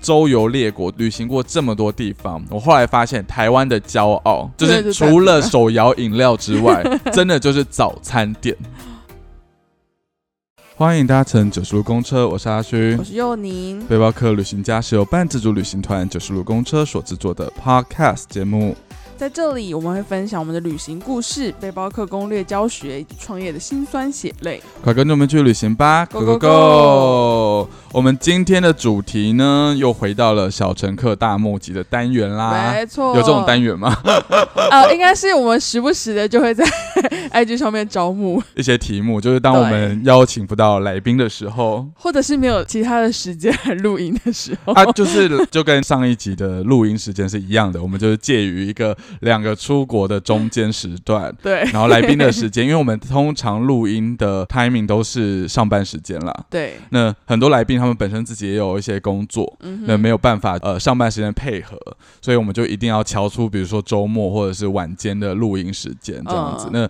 周游列国，旅行过这么多地方，我后来发现台湾的骄傲，就对是就在除了手摇饮料之 外，真的就是早餐店。欢迎搭乘九十路公车，我是阿勋我。是佑宁，背包客旅行家是由半自主旅行团九十路公车所制作的 Podcast 节目。在这里我们会分享我们的旅行故事、背包客攻略教学以及创业的辛酸血泪。快跟着我们去旅行吧 Go, ！Go Go go, Go！我们今天的主题呢，又回到了小乘客大募集的单元啦。没错，啊有这种单元吗？呃，应该是我们时不时的就会在 IG 上面招募，一些题目就是当我们邀请不到来宾的时候或者是没有其他的时间来录音的时候。啊，就是 就跟上一集的录音时间是一样的，我们就是介于一个两个出国的中间时 段。对然后来宾的时间，因为我们通常录音的 timing 都是上班时间啦。对，那很多来宾他们本身自己也有一些工作，嗯那哼，没有办法呃上班时间配合，所以我们就一定要敲出比如说周末或者是晚间的录音时间这样子。那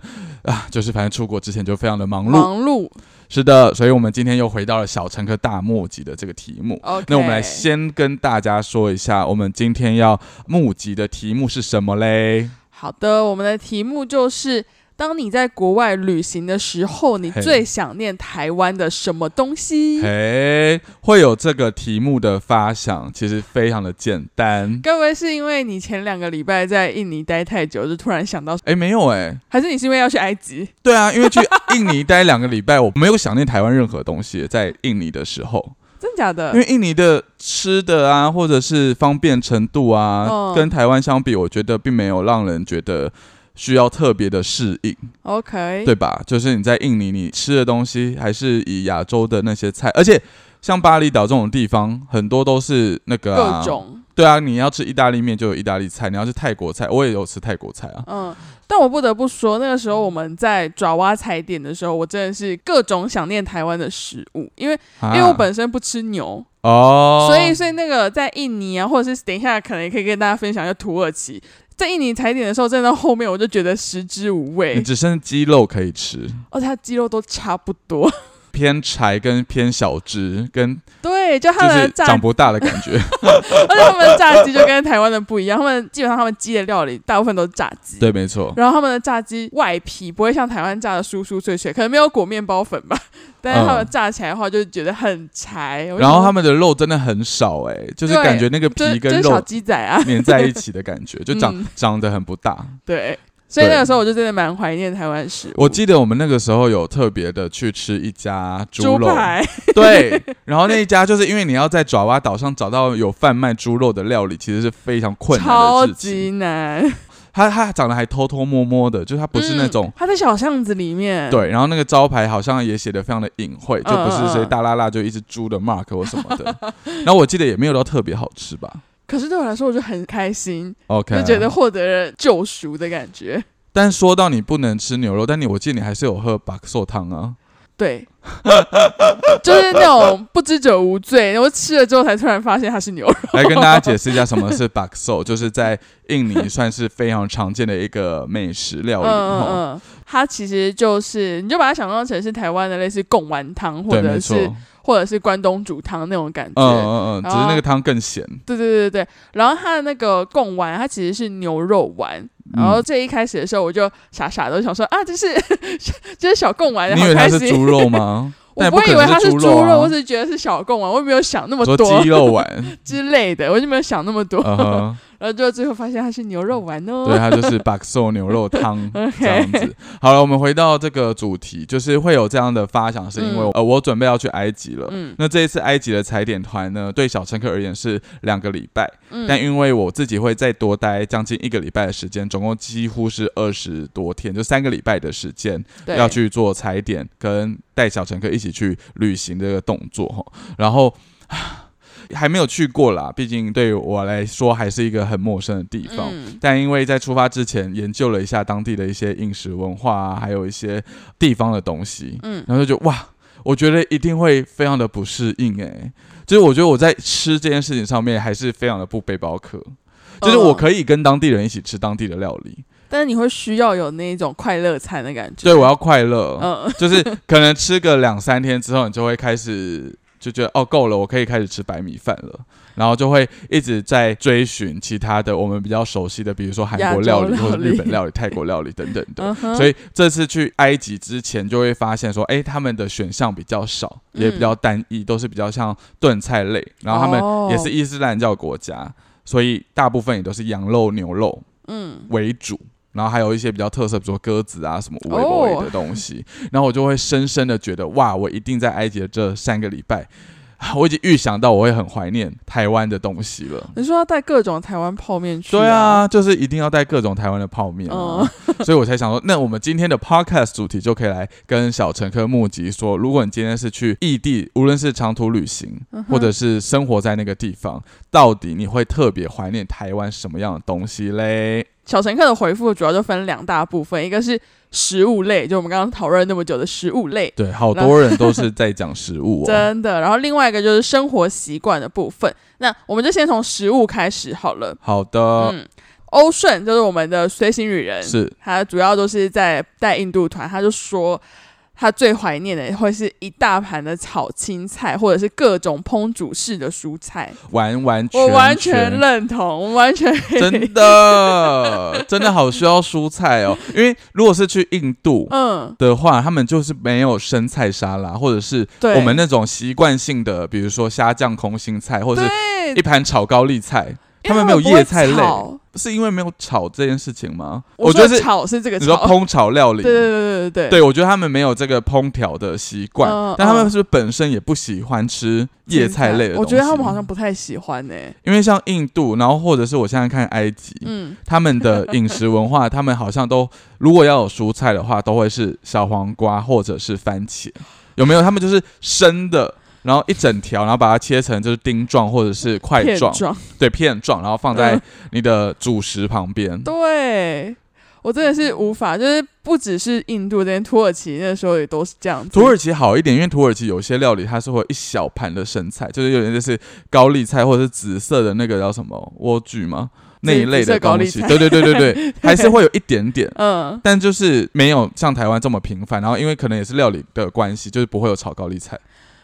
啊，就是反正出国之前就非常的忙碌。嗯忙碌。是的，所以我们今天又回到了小乘客大募集的这个题目。 OK，那我们来先跟大家说一下，我们今天要募集的题目是什么嘞？好的，我们的题目就是：当你在国外旅行的时候，你嘿最想念台湾的什么东西？嘿，会有这个题目的发想，其实非常的简单。该不会是因为你前两个礼拜在印尼待太久，就突然想到，哎，没有哎、还是你是因为要去埃及？对啊，因为去印尼待两个礼拜，我没有想念台湾任何东西。在印尼的时候，真假的？因为印尼的吃的啊，或者是方便程度啊，嗯跟台湾相比，我觉得并没有让人觉得需要特别的适应， OK，对吧？就是你在印尼，你吃的东西还是以亚洲的那些菜，而且像巴厘岛这种地方，很多都是那个、啊、各种。对啊，你要吃意大利面就有意大利菜，你要吃泰国菜，我也有吃泰国菜啊。嗯，但我不得不说，那个时候我们在爪哇踩点的时候，我真的是各种想念台湾的食物，因为、啊因为我本身不吃牛，哦，所以所以那个在印尼啊，或者是等一下可能也可以跟大家分享一下土耳其，在印尼踩点的时候，真的到后面我就觉得食之无你味，只剩鸡肉可以吃，而且它鸡肉都差不多， 偏柴跟偏小只，跟对，就它就们的是炸长不大的感 觉。而且他们的炸鸡就跟台湾的不一样，他们基本上他们鸡的料理大部分都是炸鸡。对，没错。然后他们的炸鸡外皮不会像台湾炸的酥酥脆脆，可能没有裹面包粉吧，但是他们炸起来的话，就觉得很柴。我嗯就然后想他们的肉真的很少、哎，就是对感觉那个就皮是就跟是小肉鸡仔 啊，粘在一起的感觉，就长、 嗯长得很不大。对，所以那个时候我就真的蛮怀念台湾食物。我记得我们那个时候有特别的去吃一家猪肉，排， 对，然后那一家就是因为你要在爪哇岛上找到有贩卖猪肉的料理，其实是非常困 超难的事情。级难，它它长得还偷偷摸摸的，就是它不是那种嗯、它在小巷子里面，对，然后那个招牌好像也写的非常的隐晦，就不是嗯嗯嗯谁嗯大拉拉就一只猪的 mark 或什么的。 然后我记得也没有到特别好吃吧。可是对我来说，我就很开心， OK，啊就觉得。获得了救赎的感觉。但说到你不能吃牛肉，但你我记得你还是有喝白寿汤啊。对， 就是那种不知者无罪，然后吃了之后才突然发现它是牛肉。 来跟大家解释一下什么是白寿，就是在印尼算是非常常见的一个美食料嗯理。哦嗯吼嗯，它其实就是，你就把它想象成是台湾的类似贡丸汤，或对，者没错。是哦或者是关东煮汤那种感觉。嗯嗯嗯，只然是后那个汤更咸。对对对对对，然后它的那个贡丸，它其实是牛肉丸。嗯然后最一开始的时候，我就傻傻的想说啊，这是这是小贡丸，你以好为它开是心。猪肉吗？但我也不不会以为可能它是猪猪肉，啊我只是觉得是小贡丸，我也没有想那么说多鸡肉丸。 之类的，我就没有想那么多。嗯哼。然后就最后发现它是牛肉丸哦。对，它就是白寿牛肉汤 OK 这样子。好了，我们回到这个主题，就是会有这样的发想，是因为、嗯呃，我准备要去埃及了。嗯那这一次埃及的踩点团呢，对小乘客而言是两个礼拜，嗯但因为我自己会再多待将近一个礼拜的时间，总共几乎是二十多天，就三个礼拜的时间对要去做踩点跟带小乘客一起去旅行这个动作哈。然后。还没有去过啦，毕竟对我来说还是一个很陌生的地方。嗯但因为在出发之前研究了一下当地的一些饮食文化啊，还有一些地方的东西，嗯然后就觉得哇，我觉得一定会非常的不适应诶、欸就是我觉得我在吃这件事情上面还是非常的不背包客，就是我可以跟当地人一起吃当地的料理，但是你会需要有那一种快乐餐的感觉。所以我要快乐，嗯，就是可能吃个两三天之后，你就会开始。就觉得哦够了，我可以开始吃白米饭了，然后就会一直在追寻其他的我们比较熟悉的，比如说韩国料理亚洲料理或者日本料理、泰国料理等等的。嗯哼，所以以这次去埃及之前，就会发现说，哎，他们的选项比较少，嗯也比较单一，都是比较像炖菜类。然后他哦们也是伊斯兰教国家，所以大部分也都是羊肉、牛肉嗯，为主。然后还有一些比较特色，比如说鸽子啊什么无微不微的东西。哦然后我就会深深的觉得，哇，我一定在埃及的这三个礼拜，我已经预想到我会很怀念台湾的东西了。你说要带各种台湾泡面去、对啊，哦啊，就是一定要带各种台湾的泡面、啊， 所以我才想说，那我们今天的 podcast 主题就可以来跟小乘客募集说，如果你今天是去异地，无论是长途旅行，嗯哼或者是生活在那个地方，到底你会特别怀念台湾什么样的东西嘞？小乘客的回复主要就分两大部分，一个是食物类，就我们刚刚讨论那么久的食物类，对，好多人都是在讲食物哦。 真的。然后另外一个就是生活习惯的部分，那我们就先从食物开始好了。好的，嗯，欧顺就是我们的随行旅人，是他主要都是在带印度团，他就说。他最怀念的会是一大盘的炒青菜，或者是各种烹煮式的蔬菜。完完全我完全认同，我完全真的，真的好需要蔬菜哦，因为如果是去印度，嗯，的话，他们就是没有生菜沙拉，或者是对我们那种习惯性的，比如说虾酱空心菜，或者是对，一盘炒高丽菜，因为他们没有不会叶菜类炒是因为没有炒这件事情吗？我觉说得是炒是这个你说炒，烹炒料理，对对对对对对我觉得他们没有这个烹调的习惯，嗯但他们嗯是不是本身也不喜欢吃叶菜类的我觉得他们东西好像不太喜欢呢、因为像印度，然后或者是我现在看埃及，嗯，他们的饮食文化，他们好像都如果要有蔬菜的话，都会是小黄瓜或者是番茄，有没有？他们就是生的，然后一整条，然后把它切成就是丁状或者是块片状，状，对片状，然后放在嗯你的主食旁边。对。我真的是无法，就是不只是印度，连土耳其那时候也都是这样子。土耳其好一点，因为土耳其有些料理它是会有一小盘的生菜，就是有点就是高丽菜或者是紫色的那个叫什么莴苣吗？那一类紫的色高东丽西，菜对对对对 对，还是会有一点点。嗯，但就是没有像台湾这么频繁，然后因为可能也是料理的关系，就是不会有炒高丽菜。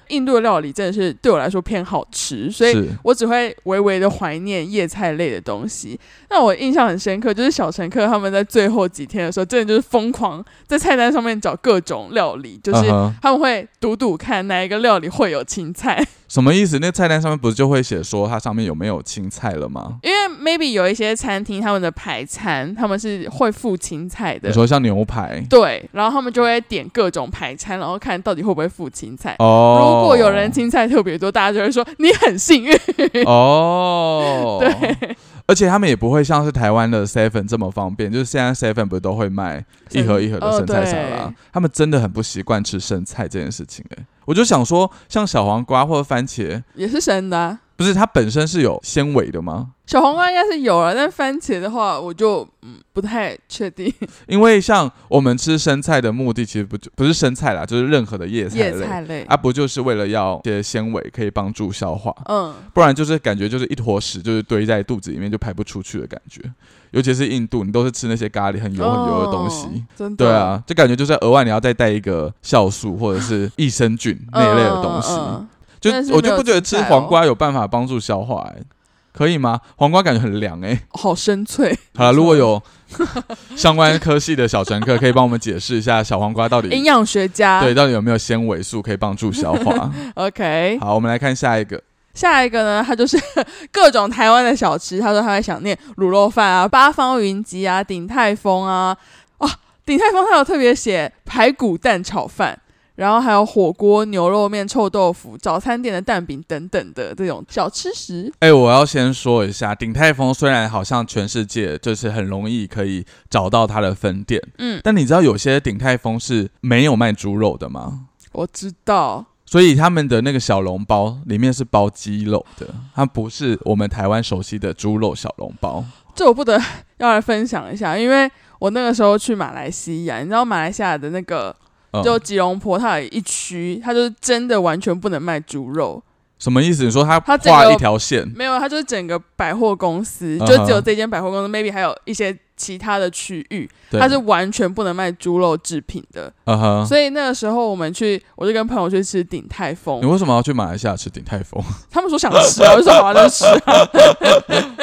印度的料理真的是对我来说偏好吃，所以是我只会微微的怀念叶菜类的东西。那我印象很深刻，就是小乘客他们在最后几天的时候，真的就是疯狂在菜单上面找各种料理，就是嗯哼他们会赌赌看哪一个料理会有青菜， 什么意思？那菜单上面不是就会写说它上面有没有青菜了吗？因为 maybe 有一些餐厅他们的排餐他们是会附青菜你的，说像牛排对，然后他们就会点各种排餐，然后看到底会不会附青菜。哦，如果有人青菜特别多，大家就会说你很幸运。 哦，对。而且他们也不会像是台湾的 Seven 这么方便，就是现在 Seven 不是都会卖一盒一盒的生菜沙拉，哦对他们真的很不习惯吃生菜这件事情、欸。我就想说，像小黄瓜或者番茄，也是生的啊、不是它本身是有纤维的吗？小黄瓜应该是有了，但番茄的话，我就嗯不太确定。因为像我们吃生菜的目的，其实不就不是生菜啦，就是任何的叶菜叶类菜类，啊，不就是为了要一些纤维可以帮助消化，嗯，不然就是感觉就是一坨屎，就是堆在肚子里面就排不出去的感觉。尤其是印度，你都是吃那些咖喱很油很油的东西。哦真的。 对，啊，就感觉就是额外你要再带一个酵素或者是益生菌那一类的东西，嗯嗯就但是我就没有不觉得青吃菜哦黄瓜有办法帮助消化、欸，可以吗？黄瓜感觉很凉哎、好深邃。好了，如果有 相关科系的小乘客，可以帮我们解释一下小黄瓜到底营养学家，对到底有没有纤维素可以帮助消 化。 ，OK。好，我们来看下一个，下一个呢，他就是 各种台湾的小吃，他说他会想念卤肉饭啊、八方云集啊、鼎泰丰啊。哦，鼎泰丰他有特别写排骨蛋炒饭，然后还有火锅、牛肉面、臭豆腐、早餐店的蛋饼等等的这种小吃食。哎、我要先说一下，鼎泰丰虽然好像全世界就是很容易可以找到它的分店，嗯，但你知道有些鼎泰丰是没有卖猪肉的吗？我知道，所以他们的那个小笼包里面是包鸡肉的，它不是我们台湾熟悉的猪肉小笼包。这我不得要来分享一下，因为我那个时候去马来西亚，你知道马来西亚的那个嗯就吉隆坡，它有一区，它就是真的完全不能卖猪肉，什么意思？你说它它整个画一条线，没有，它就是整个百货公司，嗯哼就只有这间百货公司，maybe 还有一些其他的区域，对它是完全不能卖猪肉制品的。嗯哼。所以那个时候我们去，我就跟朋友去吃鼎泰你丰，为什么要去马来西亚吃鼎泰丰？ 他们说想吃啊，我就说好啊，那就吃啊。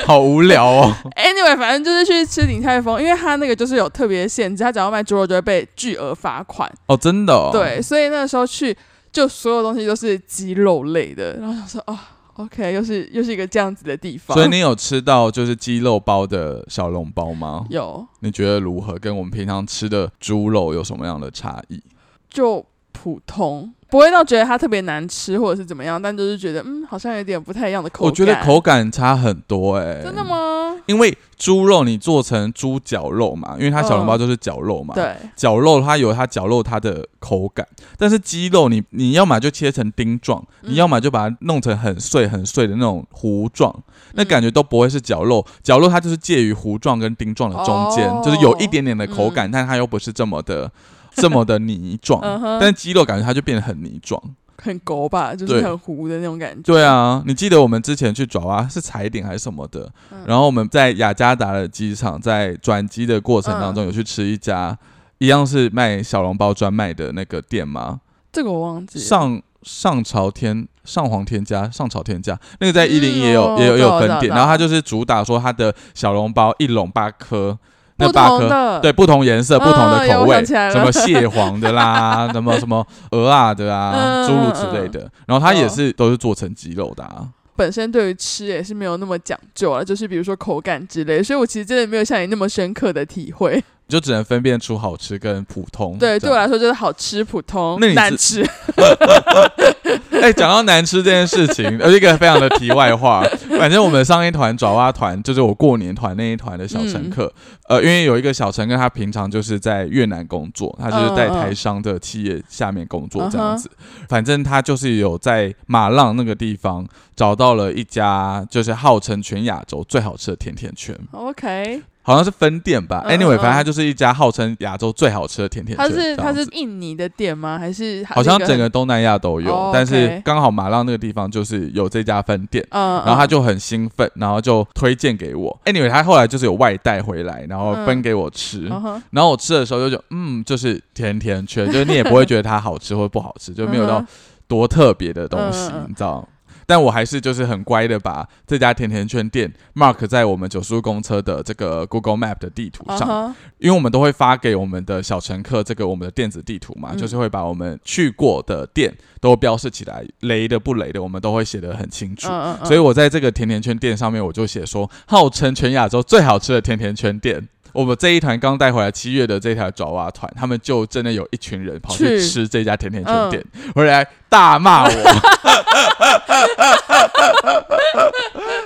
好无聊哦。 Anyway，反正就是去吃鼎泰丰，因为他那个就是有特别限制，他只要卖猪肉就会被巨额罚款。哦，真的、哦。。对，所以那个时候去，就所有东西都是鸡肉类的，然后想说哦。OK，又是又是一个这样子的地方，所以你有吃到就是鸡肉包的小笼包吗？有你觉得如何？跟我们平常吃的猪肉有什么样的差异？就普通，不会到觉得它特别难吃或者是怎么样，但就是觉得嗯，好像有点不太一样的口感。我觉得口感差很多哎、真的？吗？因为猪肉你做成猪绞肉嘛，因为它小嗯笼包就是绞肉嘛。。对，绞肉它有它绞肉它的口感，但是鸡肉你你要么就切成丁状，嗯你要么就把它弄成很碎很碎的那种糊状，那嗯感觉都不会是绞肉。绞肉它就是介于糊状跟丁状的中间，哦就是有一点点的口感，但它又不是这么的这么的泥状。嗯哼但是鸡肉感觉它就变得很泥状。很狗吧，就是对很糊的那种感觉。对啊，你记得我们之前去爪哇是踩点还是什么的，嗯然后我们在雅加达的机场，在转机的过程嗯当中有去吃一家、一样是卖小笼包专卖的那个店吗？这个我忘记了。上上朝天上皇天家上朝天家那个在一零一也有、嗯哦也有也有知道分知店，道然后它就是主打说它的小笼包一笼八颗，那不八同颗的，对，不同颜色、嗯不同的口有我味，想起来了什么蟹黄的啦， 什么什么鹅啊的啊，嗯哦诸如此类的。然后它也是都是做成鸡肉的啊。本身对于吃也是没有那么讲究了，就是比如说口感之类，所以我其实真的没有像你那么深刻的体会。你就只能分辨出好吃跟普通。对，这对我样。来说就是好吃普通嗯啊那你，是难吃。 哎，讲到难吃这件事情，呃有一个非常的题外话。反正我们上一团爪哇团，就是我过年团那一团的小嗯乘客，呃，因为有一个小乘客，他平常就是在越南工作，他就是在嗯嗯嗯台商的企业下面工作这样子。反正他就是有在马浪那个地方找到了一家，就是号称全亚洲最好吃的甜甜圈。 OK，好像是分店吧嗯嗯，anyway，嗯反正它就是一家号称亚洲最好吃的甜甜圈它这样是子。它是印尼的店吗？还是它好像那整很个东南亚都有，哦但是 OK 刚好马浪那个地方就是有这家分店。嗯，然后他嗯就很兴奋，然后就推荐给我。Anyway，他后来就是有外带回来，然后分给我吃。嗯哼然后我吃的时候就觉得，嗯，就是甜甜圈，就是你也不会觉得它好吃或不好 吃，就没有到嗯多特别的东西，嗯嗯嗯你知道。但我还是就是很乖的把这家甜甜圈店 mark 在我们九叔公车的这个 Google Map 的地图嗯上，哼因为我们都会发给我们的小乘客这个我们的电子地图嘛，嗯就是会把我们去过的店都标示起来，雷的不雷的，我们都会写得很清楚。嗯嗯，所以我在这个甜甜圈店上面，我就写说，号称全亚洲最好吃的甜甜圈店。我们这一团刚带回来七月的这条爪哇团，他们就真的有一群人跑去去吃这家甜甜圈店，嗯回来大骂我。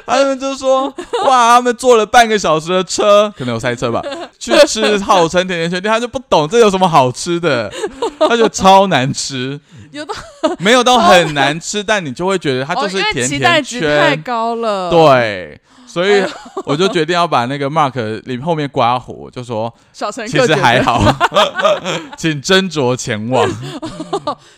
他们就说：“哇，他们坐了半个小时的车，可能有塞车吧，去吃号称甜甜圈店，他就不懂这有什么好吃的，他就超难吃， 有到没有到很难吃，但你就会觉得它哦就是因为甜期待甜值太圈，高了。对，所以哎呦我就决定要把那个 mark 里后面刮胡，我就说小乘其客实觉得还好， 请斟酌前往。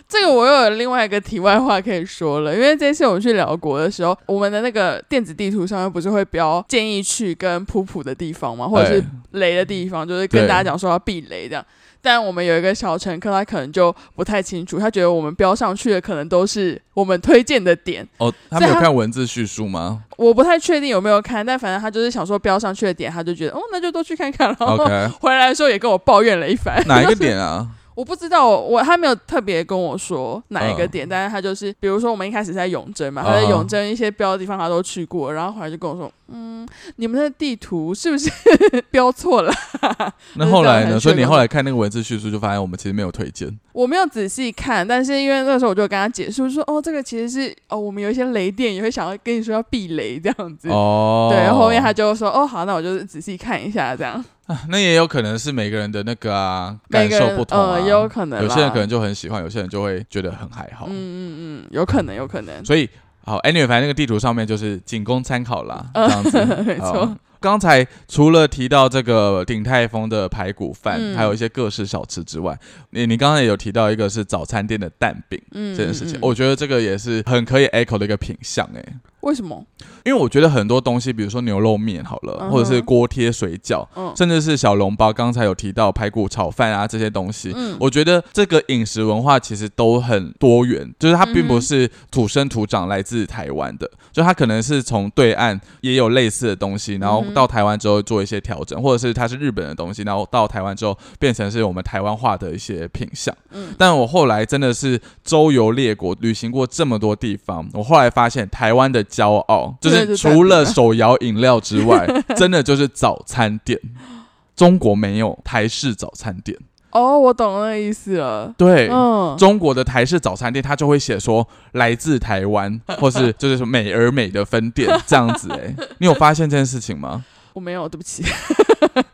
这个我又有另外一个题外话可以说了，因为这次我们去辽国的时候，我们的那个电子地图上面不是会标建议去跟普普的地方嘛，或者是雷的地方，就是跟对大家讲说要避雷这样。但我们有一个小乘客，他可能就不太清楚，他觉得我们标上去的可能都是我们推荐的点， 哦，他们有看文字叙述吗我不太确定有没有看，但反正他就是想说标上去的点，他就觉得哦，那就都去看看，然后？OK， 回来的时候也跟我抱怨了一番。哪一个点 啊？我不知道，我他没有特别跟我说哪一个嗯点，但是他就是，比如说我们一开始在永贞嘛，嗯他在永贞一些标的地方他都去过，然后后来就跟我说，嗯，你们的地图是不是 标错了？那后来呢？很所以你确定后来看那个文字叙述，就发现我们其实没有推荐。我没有仔细看，但是因为那时候我就跟他解释说，哦，这个其实是哦，我们有一些雷电也会想要跟你说要避雷这样子。哦，对，然后后面他就说，哦，好，那我就仔细看一下这样。 那也有可能是每个人的那个啊每感个受人不同啊，嗯，也有可能啦，有些人可能就很喜欢，有些人就会觉得很还好。嗯嗯嗯，有可能，有可能。所以好，anyway，反正那个地图上面就是仅供参考 啦，这嗯样子。没好错。刚才除了提到这个鼎泰丰的排骨饭，嗯还有一些各式小吃之外，你你刚才有提到一个是早餐店的蛋饼嗯，这件事情，嗯嗯我觉得这个也是很可以 echo 的一个品相哎、为什么？因为我觉得很多东西，比如说牛肉面好了，嗯哼或者是锅贴、水饺，嗯甚至是小笼包，刚才有提到排骨炒饭啊这些东西，嗯我觉得这个饮食文化其实都很多元，就是它并嗯哼不是土生土长来自台湾的，就它可能是从对岸也有类似的东西，然后嗯哼到台湾之后做一些调整，或者是它是日本的东西，然后到台湾之后变成是我们台湾化的一些品相。嗯但我后来真的是周游列国，旅行过这么多地方，我后来发现台湾的骄傲，就对是就除代了表手摇饮料之 外，真的就是早餐店。中国没有台式早餐店，哦，我懂那个意思了。对，嗯，中国的台式早餐店，它就会写说来自台 湾，或是就是说美而美的分店 这样子、欸。你有发现这件事情吗？我没有，对不起。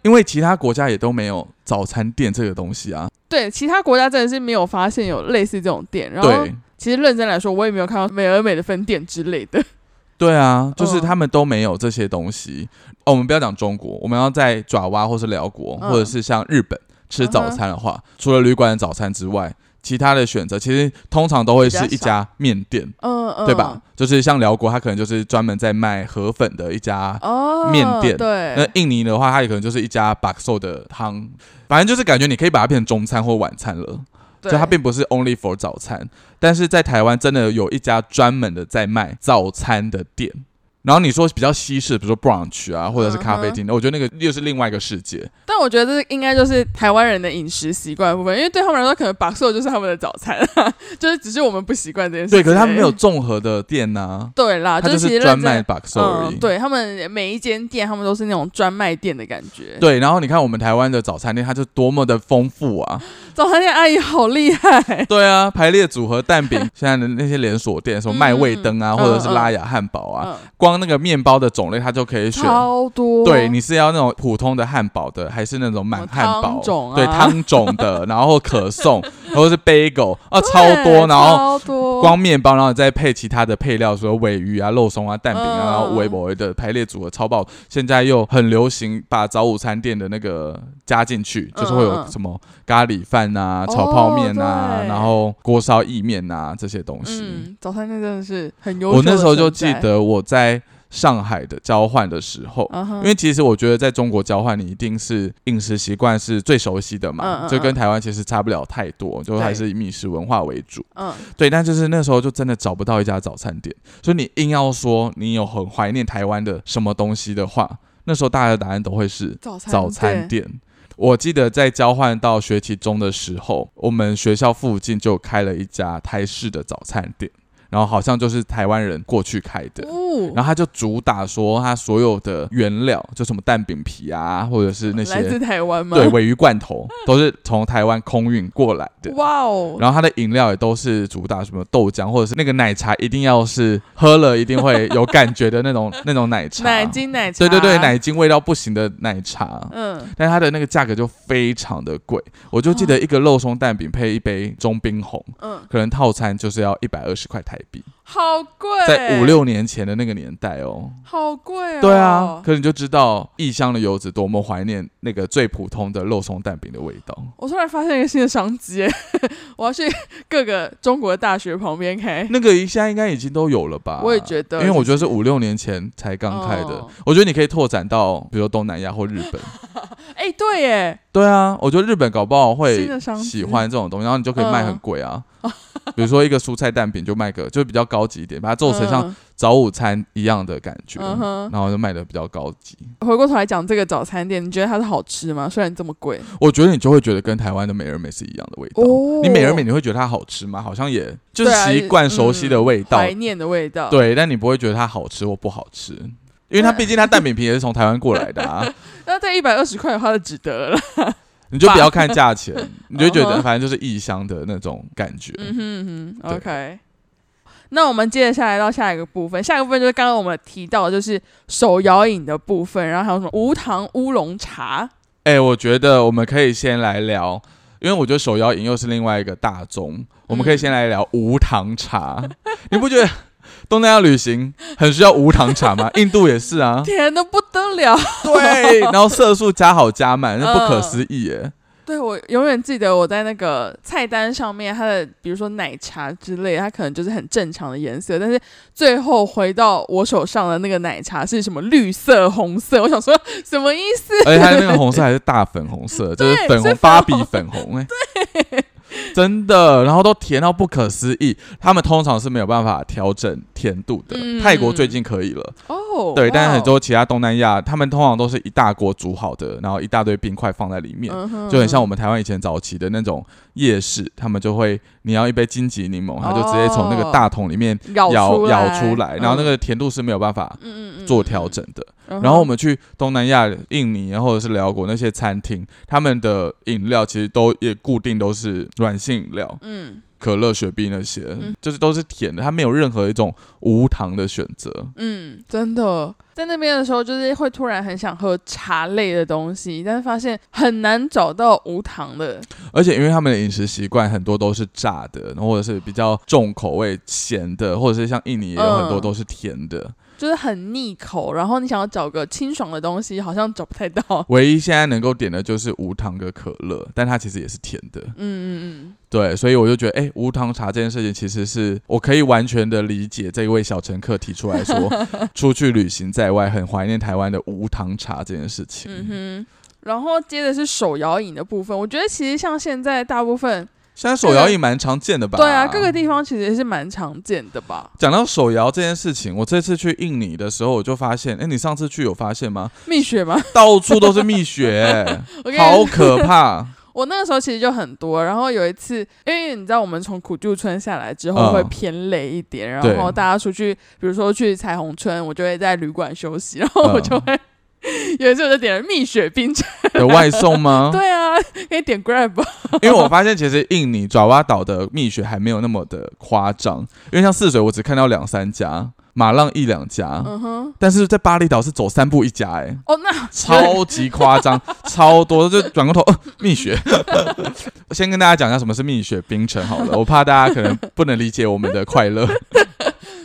因为其他国家也都没有早餐店这个东西啊。对，其他国家真的是没有发现有类似这种店。然后对，其实认真来说，我也没有看到美而美的分店之类 的。对啊，就是嗯他们都没有这些东西。哦，我们不要讲中国，我们要在爪哇或是辽国，嗯或者是像日本吃早餐的话，除了旅馆的早餐之外，其他的选择其实通常都会是一比较少家面店，嗯嗯，对吧？？就是像辽国，它可能就是专门在卖河粉的一家哦，面店那对，印尼的话，它也可能就是一家把寿的汤，反正就是感觉你可以把它变成中餐或晚餐了，就对它并不是 only for 早餐。但是在台湾真的有一家专门的在卖早餐的店。然后你说比较西式，比如说 brunch 啊，嗯或者是咖啡厅我觉得那个又是另外一个世界。但我觉得这应该就是台湾人的饮食习惯的部分，因为对他们来说，可能把寿就是他们的早餐、啊 就是只是我们不习惯这件事情。对，可是他们没有。综合的店呐、对啦，它就就啊其实是认专真卖把寿而已。嗯，对他们每一间店，他们都是那种专卖店的感觉。，对，然后你看我们台湾的早餐店，它就多么的丰富啊！ 早餐店阿姨好厉害。对啊，排列组合蛋饼，现在的那些连锁店，什么麦味登啊，嗯或者是拉雅汉堡啊，嗯，光那个面包的种类它就可以选。超多。对，你是要那种普通的汉堡的，还是那种满汉什么堡汤？种啊对，汤种的，然后可颂， 或者是 bagel 啊，对超多，然后。超多光面包，然后再配其他的配料，说尾鱼啊、肉松啊、蛋饼啊，嗯然后微博的排列组合超爆。现在又很流行把早午餐店的那个加进去，嗯就是会嗯有嗯什么咖喱饭啊、哦炒泡面啊，对然后锅烧意面啊这些东西。嗯，早餐店真的是很优秀。我那时候就记，得我在上海的交换的时候。嗯哼因为其实我觉得在中国交换，你一定是饮食习惯是最熟悉的嘛，嗯嗯就跟嗯台湾其实差不了太多，就还是以饮食文化为主。嗯，对，但就是那时候就真的找不到一家早餐店，所以你硬要说你有很怀念台湾的什么东西的话，那时候大家的答案都会是早餐早餐店，店。我记得在交换到学期中的时候，我们学校附近就开了一家台式的早餐店，然后好像就是台湾人过去开的。哦，然后他就主打说，他所有的原料就什么蛋饼皮啊，或者是那来自些台湾吗？对鲔鱼罐头，都是从台湾空运过来的。 哇哦，然后它的饮料也都是主打什么豆浆，或者是那个奶茶，一定要是喝了一定会有感觉的那种那种奶茶。奶精奶茶，对对对，奶精味道不行的奶茶。嗯，但它的那个价格就非常的贵，我就记得一个肉松蛋饼配一杯中冰红，嗯，可能套餐就是要一百二十块台币，好贵，哦在五六年前的那个年代哦。好贵哦。对啊，可你就知道异乡的游子多么怀念那个最普通的肉松蛋饼的味 道。我突然发现一个新的商机， 我要去各个中国大学旁边开。那个现在应该已经都有了吧？我也觉得嗯因为我觉得是五六年前才刚开的。哦我觉得你可以拓展到，比如说东南亚或日本。哎、对耶，对啊，我觉得日本搞不好会新的商机嗯喜欢这种东西，然后你就可以卖很贵啊。比如说一个蔬菜蛋饼就卖个，就比较高级一点，把它做成像嗯早午餐一样的感觉，嗯哼然后就卖的比较高级。回过头来讲这个早餐店，你觉得它是好吃吗？虽然这么贵，我觉得你就会觉得跟台湾的美而美是一样的味道。哦你美而美你会觉得它好吃吗？好像也就是对啊嗯习惯熟悉的味道，怀念的味道。，对，但你不会觉得它好吃或不好吃，因为它毕竟它蛋饼皮也是从台湾过来的啊。那这一百二十块的话就值得 了。你就不要看价钱，你就觉嗯得哼反正就是异乡的那种感觉。嗯哼嗯哼对，OK。那我们接下来到下一个部分，下一个部分就是刚刚我们提到的就是手摇饮的部分，然后还有什么无糖乌龙茶。哎、我觉得我们可以先来聊，因为我觉得手摇饮又是另外一个大宗，我嗯们可以先来聊无糖茶。 你不觉得东南亚旅行很需要无糖茶吗？印度也是 啊，甜的不得了，对，然后色素加好加满，那不可嗯思议耶。对我永远记得我在那个菜单上面，它的比如说奶茶之类的，它可能就是很正常的颜色，但是最后回到我手上的那个奶茶是什么绿色、红色，我想说什么意思？而且它那个红色还是大粉红色，就是对粉是红粉芭比红粉 红哎、真的，然后都甜到不可思议。他们通常是没有办法调整甜度的，嗯泰国最近可以了，哦，对，但是哇哦很多其他东南亚，他们通常都是一大锅煮好的，然后一大堆冰块放在里面，嗯哼就很像我们台湾以前早期的那种夜市，他们就会你要一杯金桔柠檬，他就直接从那个大桶里面咬舀舀出哦出来，然后那个个甜度是没有办法嗯嗯嗯做调整的。嗯然后我哼们去东南亚、印尼或者是辽国那些餐厅，他们的饮料其实都也固定都是软性饮料，嗯可乐、雪碧那些，嗯就是都是甜的，它没有任何一种无糖的选择。嗯，真的。在那边的时候，就是会突然很想喝茶类的东西，但是发现很难找到无糖的。而且因为他们的饮食习惯很多都是炸的，然后或者是比较重口味、咸的，或者是像印尼也有很多嗯都是甜的。就是很腻口，然后你想要找个清爽的东西，好像找不太到。唯一现在能够点的就是无糖的可乐，但它其实也是甜的。 嗯嗯对，所以我就觉得，哎、无糖茶这件事情其实是我可以完全的理解这一位小乘客提出来说， 出去旅行在外很怀念台湾的无糖茶这件事情。嗯嗯哼。然后接着是手摇饮的部分，我觉得其实像现在大部分，现在手摇也蛮常见的吧？对啊，各个地方其实也是蛮常见的 吧。讲到手摇这件事情，我这次去印尼的时候，我就发现，哎、你上次去有发现吗？蜜雪吗？到处都是蜜雪、 哎我跟你好可 怕！我那个时候其实就很多，然后有一次，因为你知道我们从苦旧村下来之嗯后会偏累一点，对然后大家出去，比如说去彩虹村，我就会在旅馆休息，然后我就会、 有一次我就点了蜜雪冰城，有外送吗？ 对啊，可以点 Grab 吧因为我发现其实印尼爪哇岛的蜜雪还没有那么的夸张，因为像泗水我只看到两三家，马浪一两家，嗯哼，但是在巴厘岛是走三步一家、欸，哦，那超级夸 张，超多，就转过头，呃、蜜雪。 我先跟大家讲一下什么是蜜雪冰城好了，我怕大家可能不能理解我们的快 乐。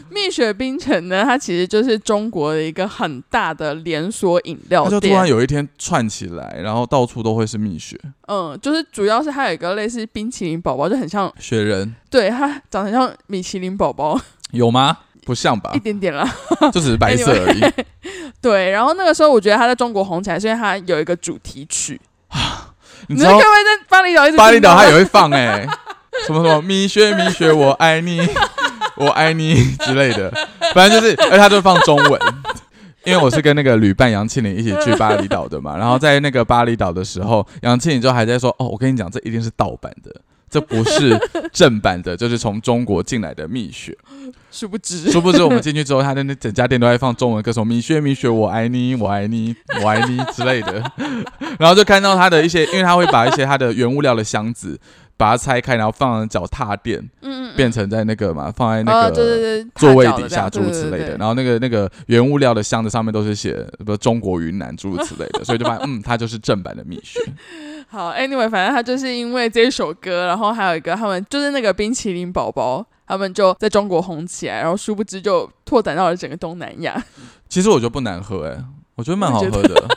蜜雪冰城呢，它其实就是中国的一个很大的连锁饮料它就突然店，有一天串起来，然后到处都会是蜜雪嗯，就是主要是它有一个类似冰淇淋宝宝，就很像，雪人，对，它长得像米其林宝宝、有吗？不像吧一，点点啦。 就只是白色而已。对，然后那个时候我觉得他在中国红起来，是因为他有一个主题曲。你知知道道会不会在巴厘岛一直巴厘岛它有也会放哎、什么什么蜜雪蜜雪我爱你，我爱你之类的，反正就是，而它就放中文。因为我是跟那个旅伴杨庆林一起去巴厘岛的嘛，然后在那个巴厘岛的时候，杨庆林就还在说：“哦，我跟你讲，这一定是盗版的，这不是正版的，就是从中国进来的蜜雪。”殊不知， 殊不知我们进去之后，他的那整家店都在放中文歌，什么“米雪米雪，我爱你，我爱你，我爱你”之类的。 然后就看到他的一些，因为他会把一些他的原物料的箱子把它拆开，然后放在脚踏垫，嗯嗯，变成在那个嘛，放在那呃，对个对对，座位踏脚底的下诸这样如此类对对的。对然后那个那个原物料的箱子上面都是写什么中国云南诸如此 类的，所以就发现嗯，它就是正版的蜜雪。好，anyway，反正他就是因为这一首歌，然后还有一个他们就是那个冰淇淋宝宝，他们就在中国红起来，然后殊不知就拓展到了整个东南亚。其实我觉得不难喝、欸，我觉得蛮好我也觉喝的，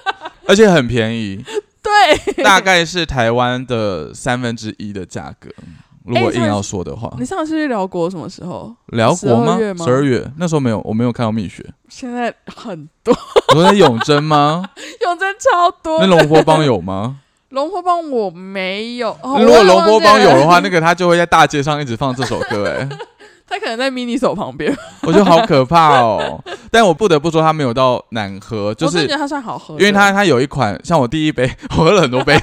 而且很便宜。对， 大概是台湾的三分之一的价格。哎如果硬要说的话，你上次去辽国什么时候？辽国吗12月？吗十二月那时候没有，我没有看到蜜雪。现在很多，我说在永贞 吗？永贞超多那。龙坡帮有吗？龙婆帮我没有，哦、如果我龙忘记坡帮有的了话，那个他就会在大街上一直放这首歌、哎， 他可能在 mini 手旁边。我觉得好可怕哦。但我不得不说，它没有到难喝，就我真是的觉得它算好喝的，因为它它有一款，像我第一杯， 我喝了很多杯。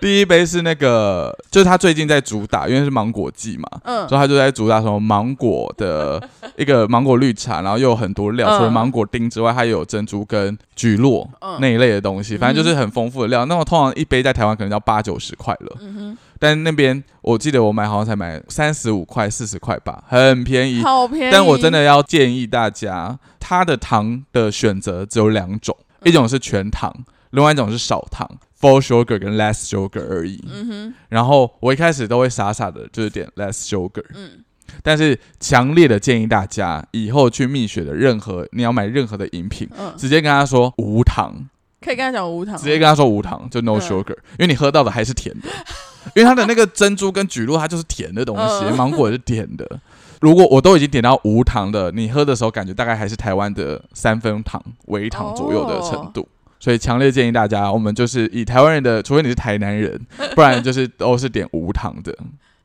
第一杯是那个，就是它最近在主打，因为是芒果季嘛，嗯所以他就在主打什么芒果的一个芒果绿茶，然后又有很多料，嗯除了芒果丁之外，它也有珍珠跟菊络嗯那一类的东西，反正就是很丰富的料。那我通常一杯在台湾可能要八九十块了，嗯但那边我记得我买好像才买三十五块、四十块吧，很便宜哼，。好便宜。但我真的要建议大家，它的糖的选择只有两种，嗯一种是全糖，另外一种是少糖 （full sugar） 跟 less sugar 而已。嗯然后我一开始都会傻傻的，就是点 less sugar。哼，嗯，但是强烈的建议大家以后去蜜雪的任何你要买任何的饮品，嗯直接跟他说无糖，可以跟他讲无糖吗，直接跟他说无糖，就 no 嗯 sugar，、因为你喝到的还是甜的，因为它的那个珍珠跟菊露它就是甜的东西，嗯芒果也是甜的。如果我都已经点到无糖的，你喝的时候感觉大概还是台湾的三分糖、微糖左右的程哦度。所以强烈建议大家，我们就是以台湾人的，除非你是台南 人，不然就是都是点无糖的。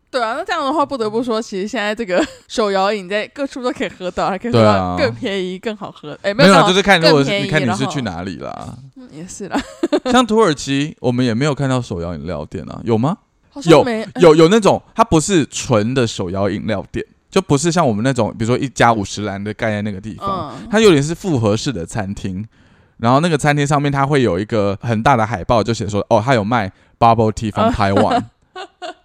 对啊，那这样的话，不得不说，其实现在这个手摇饮在各处都可以喝到，还可以喝对到啊更便宜、更好喝。哎，没有有更啦，好，就是看如果是更便宜你看你然是后去哪里啦。嗯也 是啦，像土耳其，我们也没有看到手摇饮料店啊，有吗？好有像没呃有有那种它不是纯的手摇饮料店，就不是像我们那种，比如说一家五十兰的盖在那个地方，嗯它有点是复合式的餐厅。然后那个餐厅上面它会有一个很大的海报，就写说哦，它有卖 bubble tea from Taiwan。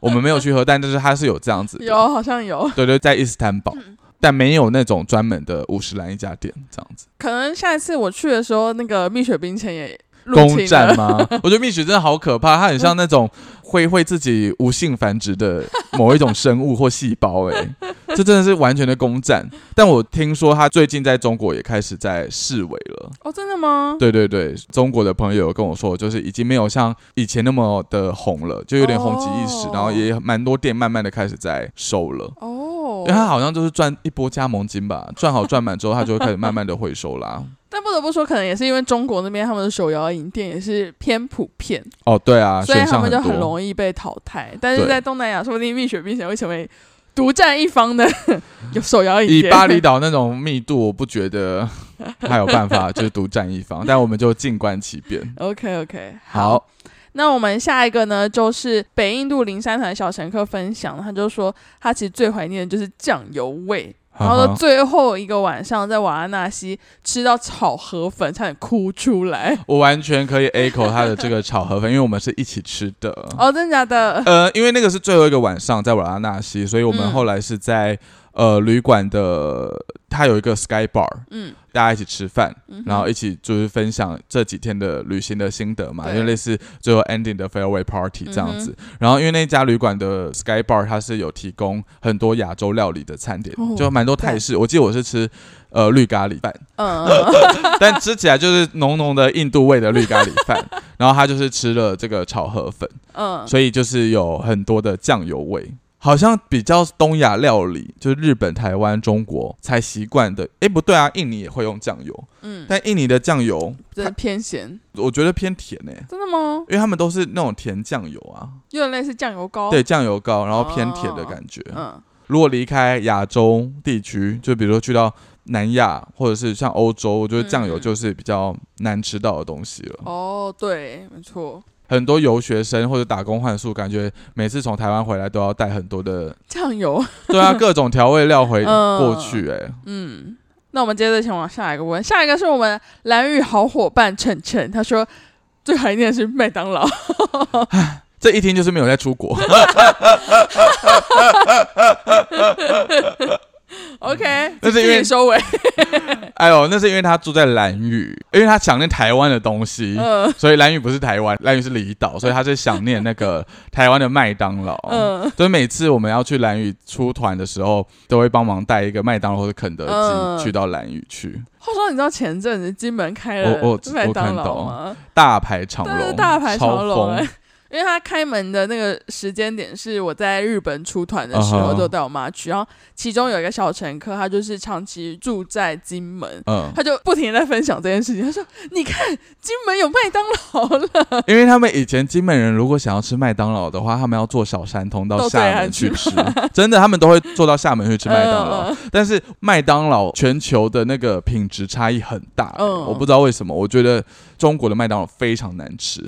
我们没有去喝，但就是它是有这样子的，有嗯好像有，对对，在伊斯坦堡，但没有那种专门的五十兰一家店这样子。可能下一次我去的时候，那个蜜雪冰城也入攻侵占了。吗？ 我觉得蜜雪真的好可怕，它很像那种会会自己无性繁殖的某一种生物或细胞、 欸，这真的是完全的攻占。但我听说它最近在中国也开始在示威了。哦，真的吗？对对对，中国的朋友有跟我说，就是已经没有像以前那么的红了，就有点红极一时，哦然后也蛮多店慢慢的开始在收了。哦因为，它好像就是赚一波加盟金吧，赚好赚满之后，它就会开始慢慢的回收啦。但不得不说，可能也是因为中国那边他们的手摇饮店也是偏普遍，哦，对啊， 所以选他项们就多很容易被淘汰。但是对在东南亚，说不定蜜雪冰城会成为独占一方的 有手摇饮以店。巴厘岛那种密度，我不觉得还有办法就是独占一方，但我们就静观其变。 OK OK，好，那我们下一个呢，就是北印度灵山团小乘客分享，他就说他其实最怀念的就是酱油味。然后啊哈到哈最后一个晚上，在瓦拉纳西吃到炒河粉，差点哭出来。我完全可以 echo 他的这个炒河粉，因为我们是一起吃的。哦，真的假的？ 呃，因为那个是最后一个晚上在瓦拉纳西，所以我们嗯后来是在、呃旅馆的，它有一个 sky bar，嗯，大家一起吃饭，嗯哼然后一起就是分享这几天的旅行的心得嘛，对嗯就类似最后 ending 的 fareway party 这样子。然后因为那家旅馆的 Sky Bar 它是有提供很多亚洲料理的餐点，哦就蛮多泰式。我记得我是吃呃绿咖 喱饭，嗯，嗯但吃起来就是浓浓的印度味的绿咖喱饭。然后他就是吃了这个炒河粉，嗯，所以就是有很多的酱油味。好像比较东亚料理，就是日本、台湾、中国才习惯的。诶，不对啊，印尼也会用酱油，嗯，但印尼的酱油，真的偏 咸，我觉得偏甜诶、真的吗？因为他们都是那种甜酱油啊，有点类似酱油膏。对，，酱油膏，然后偏甜的感觉。嗯如果离开亚洲地区，就比如说去到南亚或者是像欧洲，我觉得酱油嗯嗯就是比较难吃到的东西了。哦，对，没错，很多游学生或者打工换宿，感觉每次从台湾回来都要带很多的，酱油。 对啊，各种调味料回嗯过去、哎、嗯，那我们接着前往下一个问，下一个是我们蓝宇好伙伴晨晨，他说最怀念的是麦当劳。这一听就是没有在出国。 OK，嗯那是因为自己收尾。哎呦，那是因为他住在兰屿，因为他想念台湾的东西。嗯所以蓝屿不是台湾，蓝屿是离岛，所以他是想念那 个台湾的麦当劳。嗯所以每次我们要去蓝屿出团的时候，都会帮忙带一个麦当劳或者肯德嗯基去到蓝屿去，话说，你知道前阵子金门开我我了麦当我看到劳吗？大排长对龙，大排长超龙、疯哎， 因为他开门的那个时间点是我在日本出团的时嗯候，哼就带我妈去。然后其中有一个小乘客，他就是长期住在金门，嗯，他就不停地在分享这件事情。他说：“你看，金门有麦当劳了。因为他们以前金门人如果想要吃麦当劳的话，他们要坐小山通到到厦对岸门去去吃，真的，他们都会坐到厦门去吃麦当劳。 嗯但是麦当劳全球的那个品质差异很大、嗯我不知道为什么，我觉得中国的麦当劳非常难吃，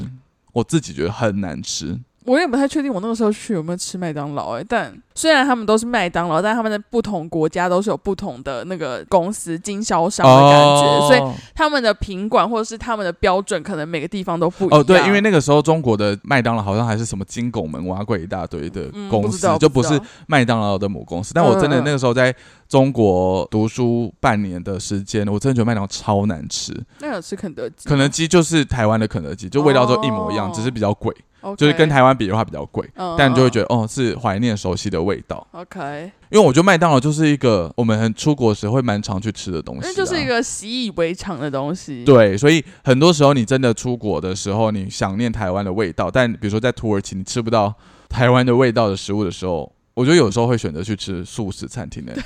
我自己觉得很难吃。我也不太确定我那个时候去有没有吃麦当劳哎、但虽然他们都是麦当劳，但他们在不同国家都是有不同的那个公司经销商的感觉，所以哦他们的品管或者是他们的标准，可能每个地方都不一样。哦，对，因为那个时候中国的麦当劳好像还是什么金拱门挖贵一大堆的嗯公不知司，道就不不知道是麦当劳的母公司。但我真的嗯嗯那个时候在中国读书半年的时间，我真的觉得麦当劳超难吃，那有吃肯德基，肯德基就是台湾的肯德基，就味道都一模一样，哦只是比较贵。 OK，就是跟台湾比的话比较贵，嗯，但就会觉得得哦是怀念熟悉的味道。 OK，因为我觉得麦当劳就是一个我们很出国时会蛮常去吃的东西、啊，因为就是一个习以为常的东西。，对，所以很多时候你真的出国的时候，你想念台湾的味道，但比如说在土耳其你吃不到台湾的味道的食物的时候，我觉得有时候会选择去吃素食餐厅的、欸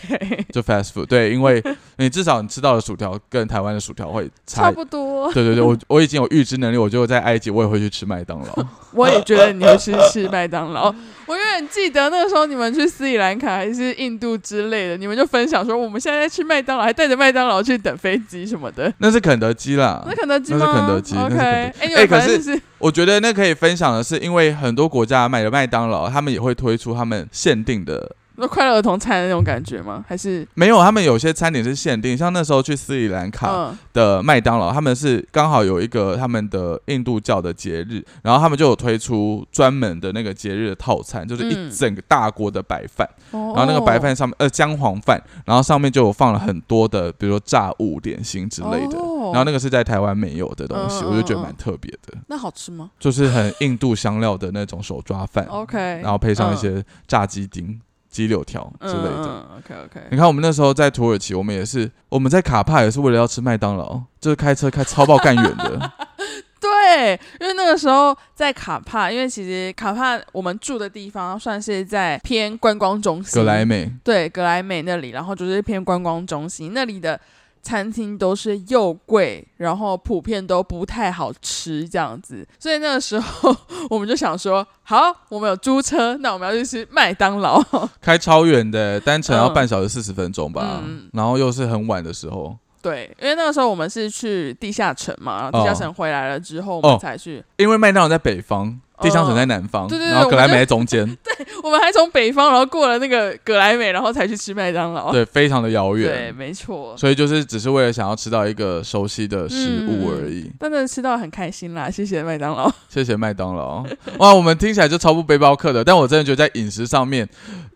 就 fast food。对，因为你至少你吃到的薯条跟台湾的薯条会 差差。不多。对对对，我我已经有预知能力，我就在埃及我也会去吃麦当 劳。我也觉得你会去吃麦当劳。 我永远记得那个时候你们去斯里兰卡还是印度之类的，你们就分享说我们现在在吃麦当劳，还带着麦当劳去等飞机什么的。那是肯德基啦那，肯德基啊那吗？是肯德基那是 OK，肯哎、你哎们可反是正就是我觉得那可以分享的是，因为很多国家买的麦当劳，他们也会推出他们限定的那快乐儿童餐的那种感觉吗？还是没有，他们有些餐点是限定，像那时候去斯里兰卡嗯的麦当劳，他们是刚好有一个他们的印度教的节日，然后他们就有推出专门的那个节日的套餐，就是一嗯整个大锅的白饭，哦然后那个白饭上面呃姜黄饭，然后上面就有放了很多的，比如说炸物、点心之类的。哦然后那个是在台湾没有的东西，嗯嗯我就觉得嗯蛮特别的，那好吃吗就是很印度香料的那种手抓饭， ？OK，嗯然后配上一嗯些炸鸡丁、鸡柳条之类的。嗯、OK OK，你看，我们那时候在土耳其，我们也是，我们在卡帕也是为了要吃麦当劳，就是开车开超爆干远 的。对，因为那个时候在卡帕，因为其实卡帕我们住的地方算是在偏观光中心，格莱美，对格莱美那里，然后就是偏观光中心那里的。餐厅都是又贵，然后普遍都不太好吃这样子，所以那个时候 我们就想说，好，我们有租车，那我们要去吃麦当劳。开超远的，单程要嗯半小时四十分钟吧，嗯然后又是很晚的时候，对，因为那个时候我们是去地下城嘛，然后地下城回来了之后，我哦们才去，因为麦当劳在北方，地上城在南方，哦对对对然后格莱美我在中 间，我们还从北方，然后过了那个格莱美，然后才去吃麦当劳。对，非常的遥哦对，远。没错。所以就是只是为了想要吃到一个熟悉的食嗯物而已。但真的吃到很开心啦，谢谢麦当劳。谢谢麦当劳， 哇，我们听起来就超不背包客的，但我真的觉得在饮食上面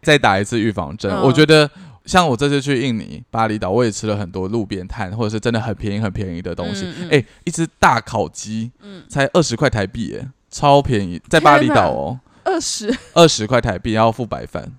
再打一次预防针。嗯我觉得像我这次去印尼巴厘岛，我也吃了很多路边摊或者是真的很便宜很便宜的东西。哎、嗯嗯一只大烤鸡，嗯才二十块台币耶，超便宜，在巴厘岛哦，二十，二十块台币，然后付白饭。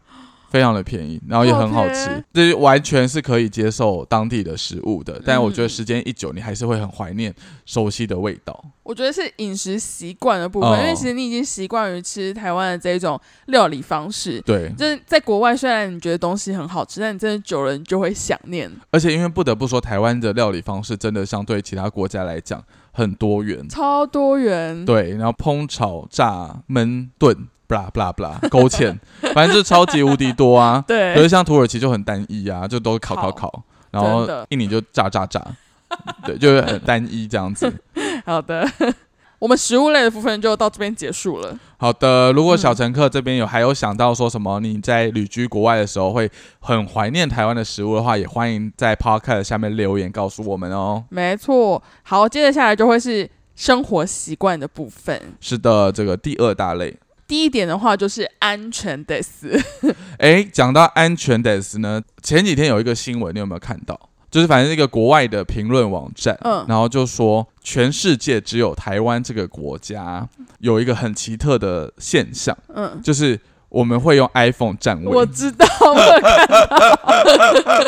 非常的便宜，然后也很好好吃便，这完全是可以接受当地的食物的。但我觉得嗯时间一久，你还是会很怀念熟悉的味道。我觉得是饮食习惯的部分，哦因为其实你已经习惯于吃台湾的这种料理方式。对，就是在国外，虽然你觉得东西很好吃，但你真的久了，你就会想念，而且因为不得不说，台湾的料理方式真的相对其他国家来讲很多元，超多元。对，然后烹炒、炸、焖、炖，blah blah blah，勾芡， 反正就是超级无敌多啊。对可是像土耳其就很单一啊，就都是烤烤烤烤，然后真的印尼就炸炸炸， 对，就是很单一这样子。好的， 我们食物类的部分就到这边结束了。好的，如果小乘客这边有还有想到说什么你在旅居国外的时候会很怀念台湾的食物的话，也欢迎在 podcast 下面留言告诉我们哦。没错，好，接着下来就会是生活习惯的部分。是的，这个第二大类。第一点的话就是安全得死，诶，讲到安全 des 呢，前几天有一个新闻，你有没有看到？就是反正一个国外的评论网站，嗯然后就说全世界只有台湾这个国家有一个很奇特的现象，嗯，就是我们会用 iPhone 占我位。知道，我有看到，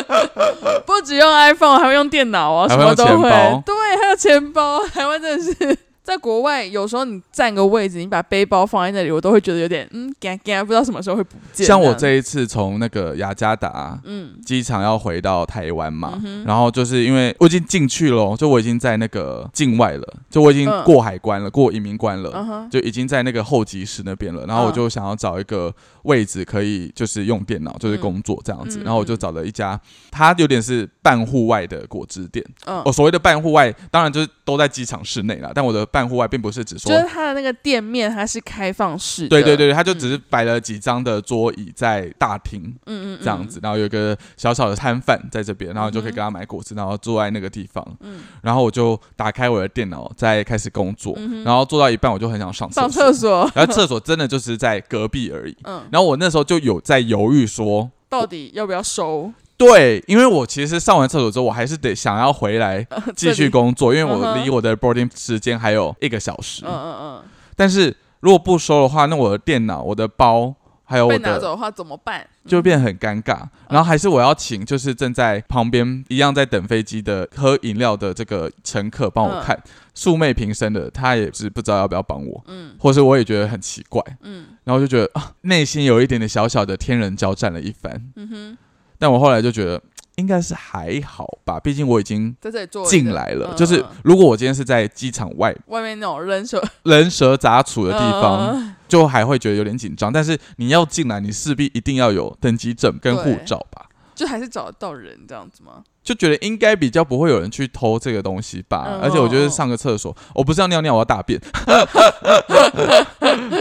不只用 iPhone，还会用电脑哦，还什会用么都钱会包，对，还有钱包，台湾真的是。在国外，有时候你占个位置，你把背包放在那里，我都会觉得有点嗯，嘎嘎，不知道什么时候会不见。像我，这一次从那个雅加达嗯机场要回到台湾嘛，然后就是因为我已经进去了，哦就我已经在那个境外了，就我已经嗯过海关了，过移民关了，嗯哼，嗯就已经在那个候机室那边了，然后我就想要找一个位置可以就是用电脑，就是工作这样子，嗯嗯然后我就找了一家，它有点是半户外的果汁店。嗯，我、所谓的半户外，当然就是都在机场室内啦，但我的半户外并不是只说就，是它的那个店面，它是开放式的，嗯对对，对，它就只是摆了几张的桌椅在大厅嗯嗯，嗯这样子，，然后有一个小小的摊贩在这边，然后你就可以跟他买果汁，然后坐在那个地方，嗯然后我就打开我的电脑在开始工作，嗯哼然后做到一半我就很想上上厕所，然后厕所真的就是在隔壁而已。嗯，然后我那时候就有在犹豫说，到底要不要收？哦对，因为我其实上完厕所之后，我还是得想要回 来继续工作，因为呃嗯我哼离我的 boarding 时间还有一个小时。嗯嗯但是如果不收的话，那我的电脑、我的包还有我被拿的走的话怎么办？嗯就会变得很尴尬。然后还是我要请，就是正在旁边一样在等飞机的喝饮料的这个乘客帮嗯我看，素昧平生的，他也是不知道要不要帮我，嗯或是我也觉得很奇怪，嗯然后就觉得啊，内心有一点点小小的天人交战了一番。嗯哼，但我后来就觉得应该是还好吧，毕竟我已经在这里做一个进来了。嗯就是嗯如果我今天是在机场外外面那种人手人蛇杂处的地方，嗯就还会觉得有点紧张。但是你要进来，你势必一定要有登机证跟护对照吧。就还是找得到人这样子吗？就觉得应该比较不会有人去偷这个东西吧。嗯而且我觉得上个厕所，我不是要尿尿，我要大 便。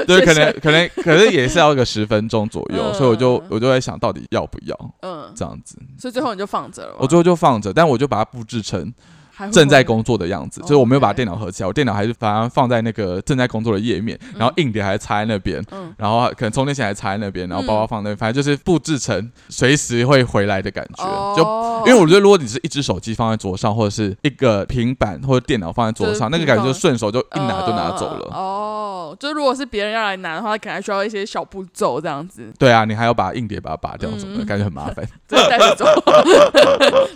对，可能可能可能也是要个十分钟左右，嗯所以我就我就在想到底要不要嗯，这样子。所以最后你就放着了吗。我最后就放着，但我就把它布置成还会正在后面工作的样子，哦就是我没有把 OK 电脑合起来，我电脑还是把它放在那个正在工作的页面，然后硬碟还插在那边。嗯然后可能充电线还插在那边，然后包包嗯放那边，反正就是布置成随时会回来的感觉，就哦、因为我觉得，如果你是一只手机放在桌上，或者是一个平板或者电脑放在桌上，就那是个平感放觉就顺手就一拿就拿走嗯了。哦，就如果是别人要来拿的话，可能还需要一些小步骤这样子，对啊，你还要把硬碟把它拔掉什么的，嗯感觉很麻 烦。就是带着走，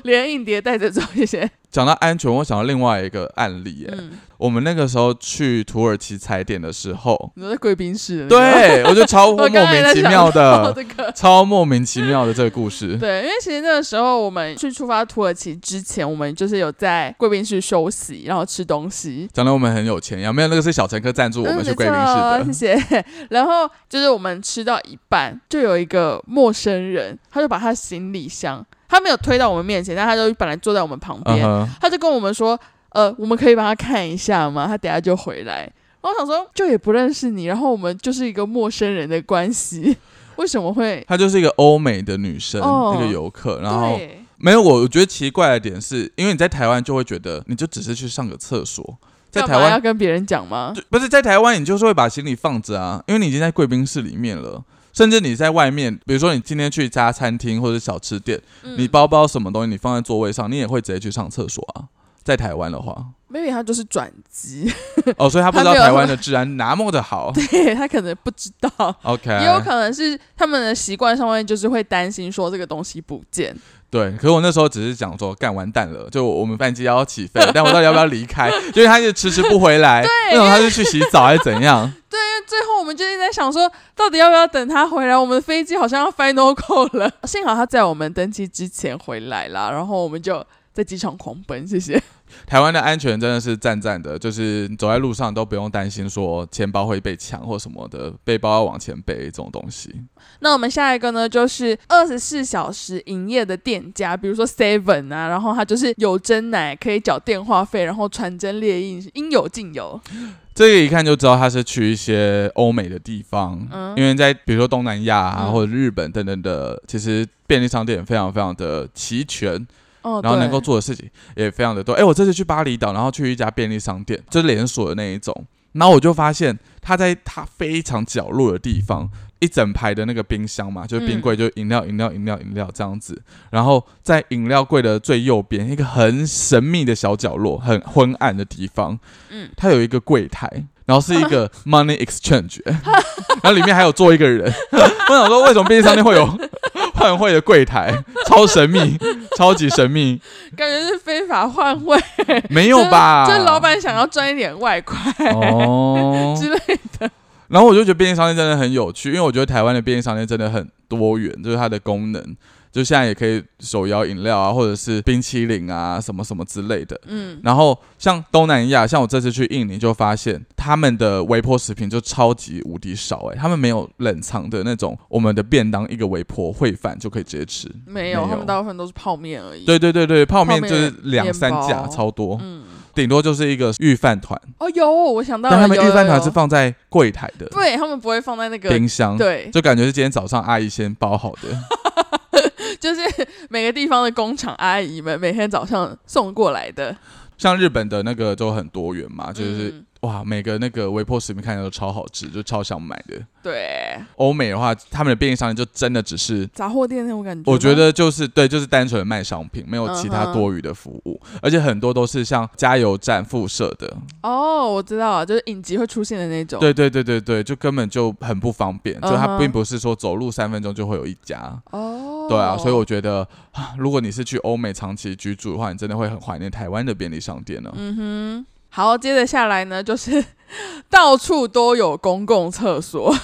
连硬碟带着走一些。讲到安全，我想到另外一个案例、耶嗯，我们那个时候去土耳其踩点的时候，你说在贵宾室的那个，对我就超我莫刚才名在其想妙 到的，这个。超莫名其妙的这个故事。对，因为其实那个时候我们去出发土耳其之前，我们就是有在贵宾室休息，然后吃东西。讲的我们很有钱一样，没有那个是小乘客赞助我们去贵宾室的嗯没错，谢谢。 然后就是我们吃到一半，就有一个陌生人，他就把他行李箱，他没有推到我们面前，但他就本来坐在我们旁边嗯，哼，他就跟我们说，呃，我们可以帮他看一下吗？他等下就回来。然后我想说，就也不认识你，然后我们就是一个陌生人的关系，为什么会？她就是一个欧美的女生，哦那个游客，然后对，没有，我我觉得奇怪的点是，因为你在台湾就会觉得，你就只是去上个厕所，在干台嘛要湾跟别人讲吗？就不是在台湾，你就是会把行李放着啊，因为你已经在贵宾室里面了。甚至你在外面，比如说你今天去一家餐厅或者小吃店，嗯你包包什么东西你放在座位上，你也会直接去上厕所啊。在台湾的话， maybe 他就是转机， 哦，所以他不知道他没有台湾的治安那么的好。对他可能不知道， OK，也有可能是他们的习惯上面就是会担心说这个东西不见，对，可是我那时候只是讲说，干完蛋了，就我们班机要起飞， 但我到底要不要离开？因为他就迟迟不回 来，那种他是去洗澡还是怎样？ 最后我们就一直在想说，到底要不要等他回来？我们的飞机好像要 final call 了。幸好他在我们登机之前回来啦，然后我们就在机场狂奔。谢谢。台湾的安全真的是赞赞的，就是走在路上都不用担心说钱包会被抢或什么的，背包要往前背这种东西。那我们下一个呢，就是二十四小时营业的店家，比如说 Seven 啊，然后它就是有真奶，可以缴电话费，然后传真列印，应有尽有。这个一看就知道他是去一些欧美的地方，嗯因为在比如说东南亚、啊嗯或者日本等等的，其实便利商店非常非常的齐全，哦，然后对能够做的事情也非常的多。哎，我这次去巴厘岛，然后去一家便利商店，就是连锁的那一种，然后我就发现他在他非常角落的地方，一整排的那个冰箱嘛，嗯就是冰柜，就饮料、饮料、饮料、饮料这样子。然后在饮料柜的最右边，一个很神秘的小角落，很昏暗的地方，嗯它有一个柜台。然后是一 个 money exchange，然后里面还有坐一个人。 我想说，为什么便利商店会有 换汇的柜台？超神秘，超级神秘，感觉是非法换 位，没有吧？这老板想要赚一点外快。哦之类的。然后我就觉得便利商店真的很有趣，因为我觉得台湾的便利商店真的很多元，就是它的功能，就现在也可以手摇饮料啊，或者是冰淇淋啊，什么什么之类的。嗯，然后像东南亚，像我这次去印尼就发现，他们的微波食品就超级无敌少、欸，他们没有冷藏的那种，我们的便当一个微波烩饭就可以直接吃。没有，没有他们大部分都是泡面而已。，对对对对，泡面泡面就是两面三架，包超多，嗯，顶多就是一个预饭团，哦，有，我想到了，但他们有预饭团有是放在柜台的。对他们不会放在那个冰箱，对，就感觉是今天早上阿姨先包好 的。就是 每个地方的工厂阿姨们每天早上送过来的，像日本的那个就很多元嘛，就是嗯哇，每个那个微波食品看起来都超好吃，就超想买的。对，欧美的话，他们的便利商店就真的只是。杂货店那种感觉吗。我觉得就是对，就是单纯的卖商品，没有其嗯他多余的服务而且很多都是像加油站附设的，哦，我知道了，就是影集会出现的那种。对对对对对，就根本就很不方便，就嗯它哼并不是说走路三分钟就会有一家，哦，对啊，所以我觉得啊如果你是去欧美长期居住的话，你真的会很怀念台湾的便利商店呢、嗯哼，好，接着下来呢，就是 到处都有公共厕所。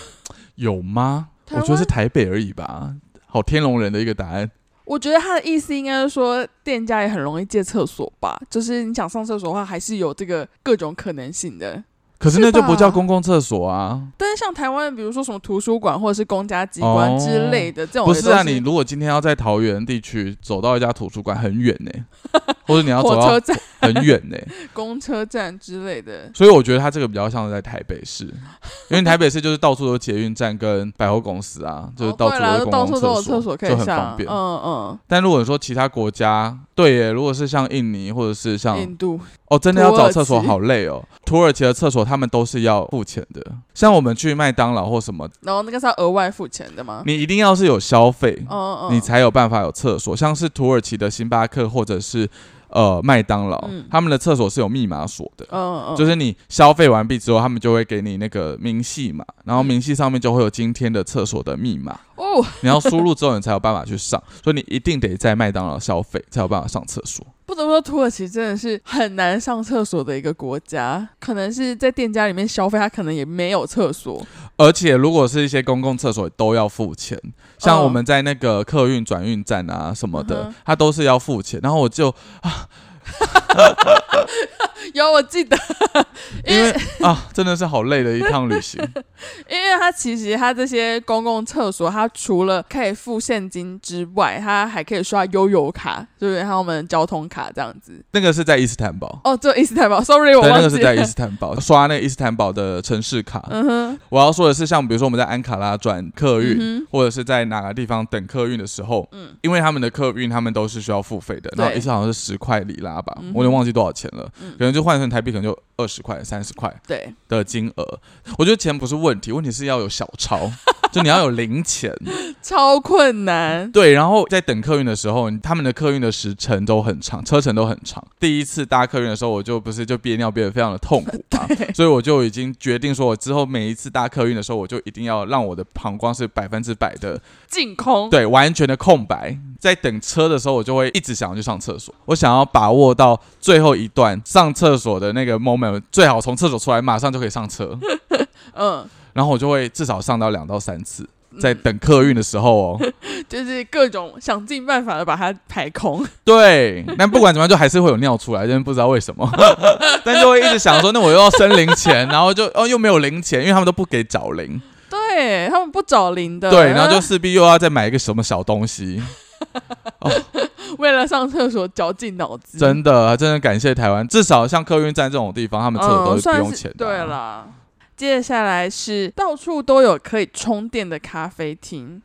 有吗？台我湾觉得是台北而已吧，好天龙人的一个答案。我觉得他的意思应该是说，店家也很容易借厕所吧，就是你想上厕所的话，还是有这个各种可能性的。可是是那就吧不叫公共厕所啊，但是像台湾，比如说什么图书馆或者是公家机关之类的、这种哦不也都，是啊！你如果今天要在桃园地区走到一家图书馆很远呢、或者你要走火车到站、很远呢、公车站之类的。所以我觉得它这个比较像是在台北市，因为台北市就是到处都有捷运站跟百货公司啊， 就是哦到对处啦有就到公处共都有厕厕所可就以很上方，便。嗯但如果说其他国家，对耶，如果是像印尼或者是像嗯，印度哦，真的要土耳找其厕所好累哦。土耳其的厕所他们都是要付钱的，像我们去麦当劳或什么，然后那个是要额外付钱的吗？你一定要是有消费，嗯嗯嗯，你才有办法有厕所。像是土耳其的星巴克或者是呃麦当劳嗯，他们的厕所是有密码锁的。嗯嗯嗯，就是你消费完毕之后，他们就会给你那个明细嘛，然嗯后明细上面就会有今天的厕所的密码，哦，你要输入之后你才有办法去上，所以你一定得在麦当劳消费才有办法上厕所。不得不说，土耳其真的是很难上厕所的一个国家。可能是在店家里面消费，他可能也没有厕所。而且如果是一些公共厕所都要付钱，像嗯我们在那个客运转运站啊什么的，嗯哼它都是要付钱。然后我就有，我记得， 因因为为啊，真的是好累的一趟旅 行。因为它其实它这些公共厕所，它除了可以付现金之外，它还可以刷悠游卡，就是他们交通卡这样子。那个是在伊斯坦堡，哦，只有伊斯坦堡，sorry，我对，那忘个是记在了。伊斯坦堡刷那个伊斯坦堡的城市卡。嗯哼，我要说的是，像比如说我们在安卡拉转客运，嗯哼嗯或者是在哪个地方等客运的时候，因为他们的客运他们都是需要付费的，对然后一次好像是十块里拉吧，嗯哼我有点忘记多少钱了，嗯可能就换成台币可能就二十块、三十块对，的金额。我觉得钱不是问题，问题是要有小钞， 就你要有零钱。超困难。对，然后在等客运的时候，他们的客运的时程都很长，车程都很长。第一次搭客运的时候，我就不是就憋尿憋得非常的痛苦嘛，所以我就已经决定说，我之后每一次搭客运的时候，我就一定要让我的膀胱是百分之百的，净空，对，完全的空白。在等车的时候，我就会一直想要去上厕所，我想要把握到最后一段上厕所的那个 moment，最好从厕所出来马上就可以上车，嗯，然后我就会至少上到两到三次。在等客运的时候哦， 就是各种想尽办法的把它排空。 对，但不管怎么样，就还是会有尿出来，但是不知道为什么， 但就会一直想说，那我又要生零钱，然后就哦又没有零钱，因为他们都不给找零，对他们不找零的，对，然后就势必又要再买一个什么小东西，嗯 为了上厕所绞尽脑汁，真的真的感谢台湾，至少像客运站这种地方，他们厕所都嗯是不算用是钱的、啊对，啦，接下来是到处都有可以充电的咖啡厅，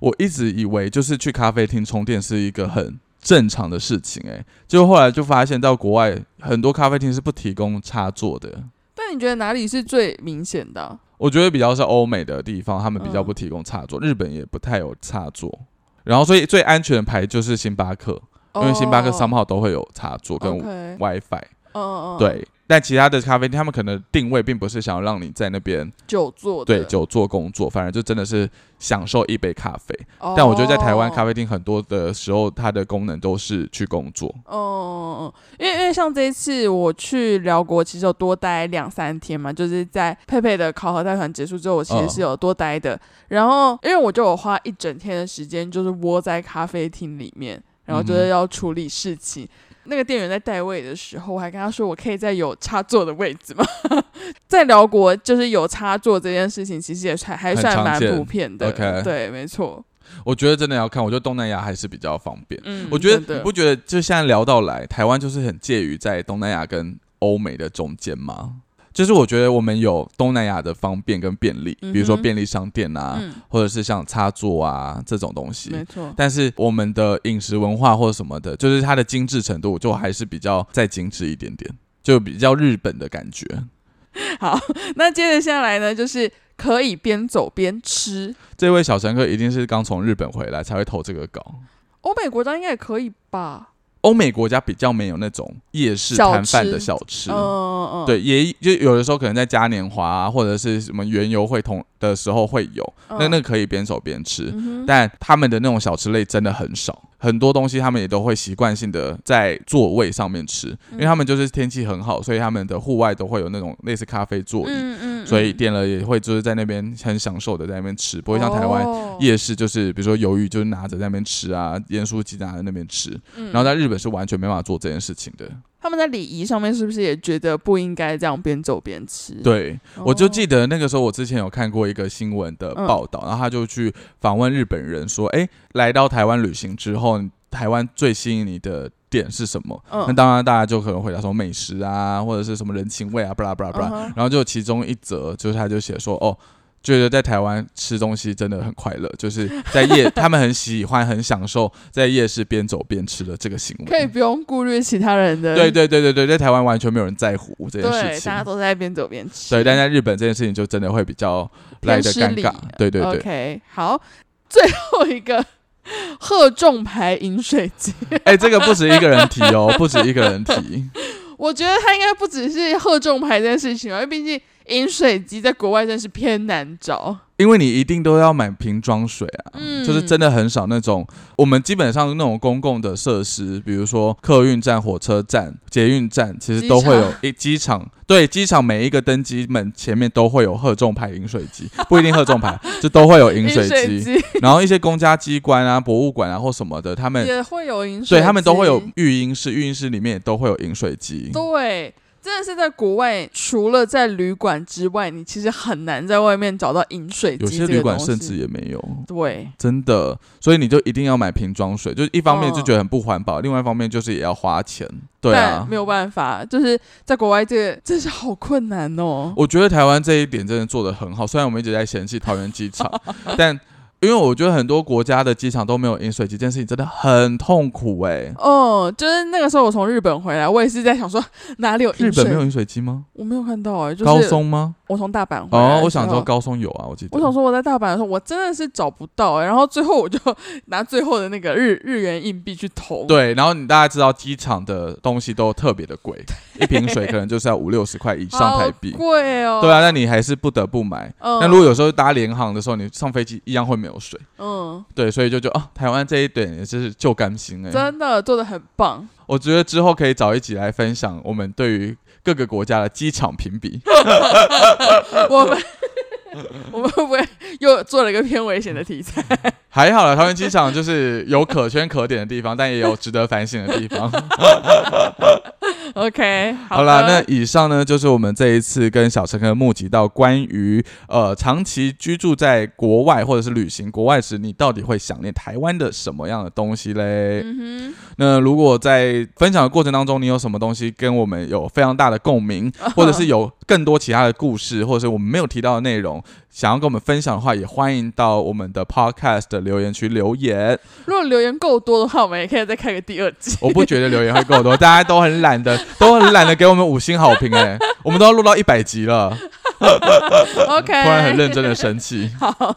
我一直以为就是去咖啡厅充电是一个很正常的事情、欸，哎，结果后来就发现到国外很多咖啡厅是不提供插座的。但你觉得哪里是最明显的啊、我觉得比较是欧美的地方，他们比较嗯不提供插座，日本也不太有插座。然后，所以最安全的牌就是星巴克，因为星巴克哦 somehow 都会有插座跟 OK，嗯 WiFi，、嗯嗯，对。但其他的咖啡厅，他们可能定位并不是想要让你在那边久坐的对，久坐工作，反而就真的是享受一杯咖啡。哦但我觉得在台湾咖啡。啡厅很多的时候，它的功能都是去工作。哦，因为因为像这一次我去辽国，其实有多待两三天嘛，就是在佩佩的考核贷款结束之后，我其实嗯是有多待的。然后因为我就有花一整天的时间，就是窝在咖啡厅里面，然后嗯就哼是要处理事情。那个店员在带位的时候，我还跟他说：“我可以在有插座的位置吗？” 在辽国，就是有插座这件事情，其实也还还很算常蛮见普遍的。 OK 对，没错。我觉得真的要看，我觉得东南亚还是比较方便。嗯，我觉真的得你不觉得就现在聊到来，台湾就是很介于在东南亚跟欧美的中间吗？就是我觉得我们有东南亚的方便跟便利，嗯哼比如说便利商店啊，嗯，或者是像插座啊这种东西。没错。但是我们的饮食文化或者什么的，就是它的精致程度，就还是比较再精致一点点，就比较日本的感觉。好， 那接着下来呢，就是可以边走边吃。这位小乘客一定是刚从日本回来才会投这个稿。欧美国家应该也可以吧？欧美国家比较没有那种夜市小摊贩吃的小吃，嗯嗯嗯，对，也就有的时候可能在嘉年华、啊、或者是什么园游会同的时候会有，嗯，那那可以边走边吃。嗯哼但他们的那种小吃类真的很少，很多东西他们也都会习惯性的在座位上面吃，嗯因为他们就是天气很好，所以他们的户外都会有那种类似咖啡座椅，嗯嗯，所以嗯店了也会就是在那边很享受的在那边吃，不会像台湾。哦夜市就是，比如说鱿鱼就是拿着在那边吃啊，盐酥鸡拿着那边吃，嗯然后在日本是完全没办法做这件事情的。他们在礼仪上面是不是也觉得不应该这样边走边吃？对，哦，嗯我就记得那个时候，我之前有看过一个新闻的报道，然后他就去访问日本人说：“哎、来到台湾旅行之后，台湾最吸引你的点是什么？”嗯那当然，大家就可能回答说美食啊，或者是什么人情味啊，巴拉巴拉巴拉。嗯哼然后就其中一则，就是他就写说：“哦。”觉得在台湾吃东西真的很快乐，就是在 夜，他们很喜欢、很享受在夜市边走边吃的这个行为。可以不用顾虑其他人的，对对对对对，在台湾完全没有人在乎这件事对，情。大家都在边走边吃。对，但在日本这件事情就真的会比较来的尴偏失礼尬。对对对， OK，好，最后一个 贺众牌饮水机，哎、这个不止一个人提哦，不止一个人 提。我觉得它应该不只是贺众牌这件事情吧，因为毕竟饮水机在国外真是偏难找。因为你一定都要买瓶装水啊，嗯就是真的很少那种。我们基本上那种公共的设施，比如说客运站、火车站、捷运站，其实机都会场有一机场。对，机场每一个登机门前面都会有贺众牌饮水机，不一定贺众牌，就都会有饮水机。机然后一些公家机关啊、博物馆啊或什么的，他们也会有饮水对机，他们都会有育婴室，育婴室里面也都会有饮水机。对。真的是在国外，除了在旅馆之外，你其实很难在外面找到饮水机有这些个旅馆东甚西至也没有，对，真的，所以你就一定要买瓶装水，就是一方面就嗯觉得很不环保，另外一方面就是也要花钱，对啊但没。有办法，就是在国外这个真是好困难哦。我觉得台湾这一点真的做得很好，虽然我们一直在嫌弃桃园机 场，但因为我觉得很多国家的机场都没有饮水机，这件事情真的很痛苦哎、哦，就是那个时候我从日本回来，我也是在想说哪里有日饮水，本没有饮水机吗？我没有看到哎、就高是松吗？我从大阪回来的时哦候，我想说高松有啊，我记得。我想说我在大阪的时候，我真的是找不到、哎，然后最后我就 拿最后的那个日日元硬币去投，对，然后你大家知道机场的东西都特别的贵，一瓶水可能就是要五六十块以好上台币。贵哦。对啊，那你还是不得不买。嗯，那如果有时候搭联航的时候，你上飞机一样会没有水，嗯，对，所以就觉得啊，台湾这一点也是就甘心哎、真的做的很棒，我觉得之后可以找一集来分享我们对于各个国家的机场评比。我 们我们会不会又做了一个偏危险的题材？还好啦，桃园机场就是有可圈可点的地方，但也有值得反省的地方。 OK，好了，啦，那以上呢就是我们这一次跟小乘客募集到关于呃长期居住在国外或者是旅行国外时，你到底会想念台湾的什么样的东西嘞？嗯那如果在分享的过程当中，你有什么东西跟我们有非常大的共鸣，或者是有更多其他的故事，或者是我们没有提到的内容，想要跟我们分享的话，也欢迎到我们的 podcast 的留言区留言。哼，如果留言够多的话，我们也可以再开个第二季。 我不觉得留言会够多，大家都很懒得，都很懒得给我们五星好评哎、我们都要录到一百集了， OK，突然很认真的生气。哎 好，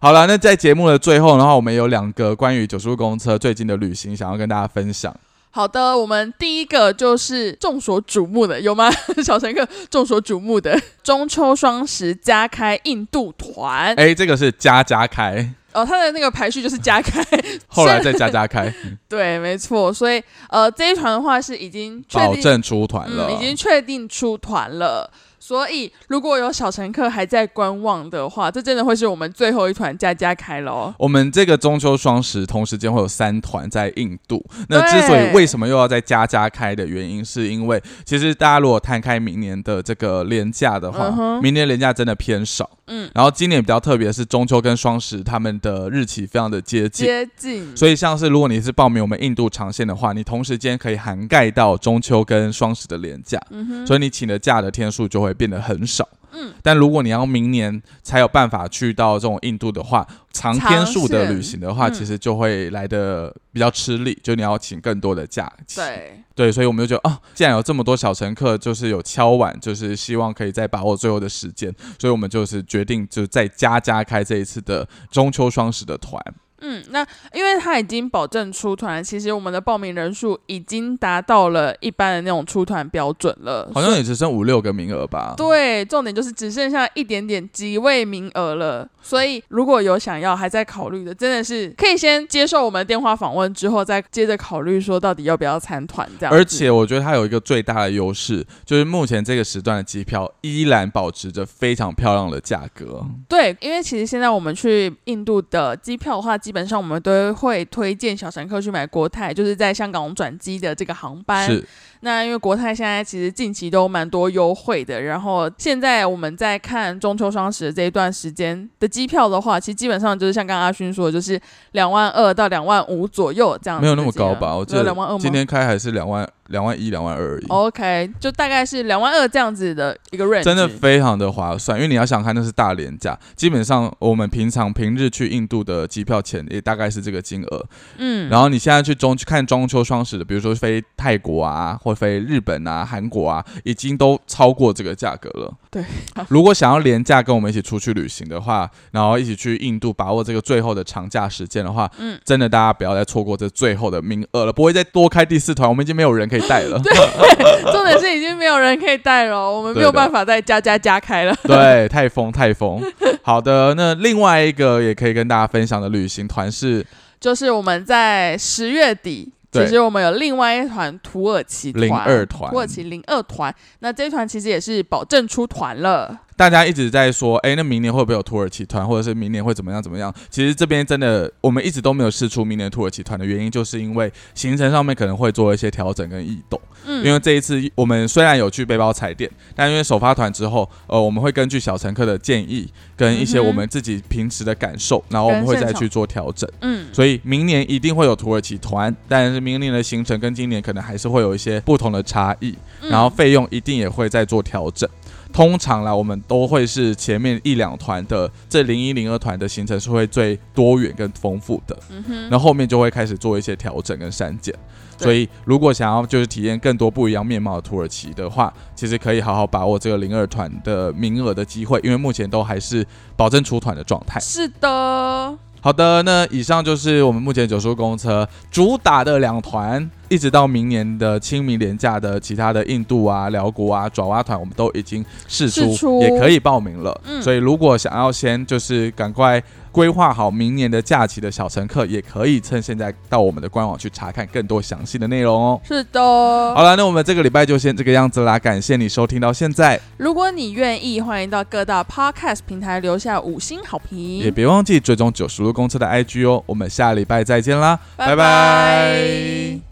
好了，那在节目的最后的话，我们有两个关于九叔公车最近的旅行，想要跟大家分享。好的，我们第一个就是众所瞩目的，有吗？ 小乘客众所瞩目的中秋双十加开印度团，哎、这个是加加开，哦，它的那个排序就是加开，后来再加加开。对，没错，所以呃，这一团的话是已经确保定证出团了，嗯，已经确定出团了。所以，如果有小乘客还在观望的话，这真的会是我们最后一团加加开了哦。我们这个中秋双十同时间会有三团在印度，那对之所以为什么又要在加加开的原因，是因为其实大家如果摊开明年的这个廉价的话，嗯哼明年廉价真的偏少，嗯，然后今年比较特别是中秋跟双十他们的日期非常的接近，接近，所以像是如果你是报名我们印度长线的话，你同时间可以涵盖到中秋跟双十的连假，嗯所以你请的假的天数就会变得很少。但如果你要明年才有办法去到这种印度的话，长天数的长旅线行的话，嗯其实就会来的比较吃力，就你要请更多的假期。对，对，所以我们就觉得啊，既然有这么多小乘客，就是有敲碗，就是希望可以再把握最后的时间，所以我们就是决定就再加加开这一次的中秋双十的团。嗯，那因为他已经保证出团，其实我们的报名人数已经达到了一般的那种出团标准了，好像也只剩五六个名额吧。对，啊重点就是只剩下一点点几位名额了，所以如果有想要还在考虑的，真的是可以先接受我们的电话访问，之后再接着考虑说到底要不要参团这样子。而且我觉得它有一个最大的优势，就是目前这个时段的机票依然保持着非常漂亮的价格。对，因为其实现在我们去印度的机票的话，基本上我们都会推荐小乘客去买国泰，就是在香港转机的这个航班。是，那因为国泰现在其实近期都蛮多优惠的，然后现在我们在看中秋双十这一段时间的机票的话，其实基本上就是像刚刚阿勋说的，就是两万二到两万五左右这样子没的有金额。那么高吧？我记只有两万二得吗？哦今天开还是两万、两万一、两万二而已。 OK，就大概是两万二这样子的一个 range。真的非常的划算，因为你要想看那是大廉价，基本上我们平常平日去印度的机票钱也大概是这个金额，嗯，然后你现在去中去看中秋双十的，比如说飞泰国啊，或飞日本啊、韩国啊，已经都超过这个价格了。对， 如果想要廉价跟我们一起出去旅行的话，然后一起去印度把握这个最后的长假时间的话，嗯真的大家不要再错过这最后的名额了，不会再多开第四团，我们已经没有人可以带 了。重点是已经没有人可以带了哦，我们没有对的办法再加加加开了。对，太疯太疯。好的，那另外一个也可以跟大家分享的旅行团是就是我们在十月底，对其实我们有另外一团土耳其团， 02团土耳其零二团。那这一团其实也是保证出团了，大家一直在说，哎，那明年会不会有土耳其团，或者是明年会怎么样怎么样？其实这边真的我们一直都没有试出明年土耳其团的原因，就是因为行程上面可能会做一些调整跟异动。嗯，因为这一次我们虽然有去背包踩点，但因为首发团之后，呃，我们会根据小乘客的建议跟一些嗯哼我们自己平时的感受，然后我们会再去做调整。嗯，所以明年一定会有土耳其团，但是明年的行程跟今年可能还是会有一些不同的差异，嗯然后费用一定也会再做调整。通常啦，我们都会是前面一两团的这零一零二团的行程是会最多元跟丰富的，嗯哼，然后后面就会开始做一些调整跟删减。对所以如果想要就是体验更多不一样面貌的土耳其的话，其实可以好好把握这个零二团的名额的机会，因为目前都还是保证出团的状态。是的，好的，那以上就是我们目前九叔公车主打的两团，一直到明年的清明廉假的其他的印度啊、辽国啊、爪哇团，我们都已经试出，试出也可以报名了。嗯所以如果想要先就是赶快规划好明年的假期的小乘客，也可以趁现在到我们的官网去查看更多详细的内容哦。是的。好了，那我们这个礼拜就先这个样子啦，感谢你收听到现在，如果你愿意，欢迎到各大 podcast 平台留下五星好也评。别忘记追踪九叔公车的 IG 哦。我们下礼拜再见啦，拜拜拜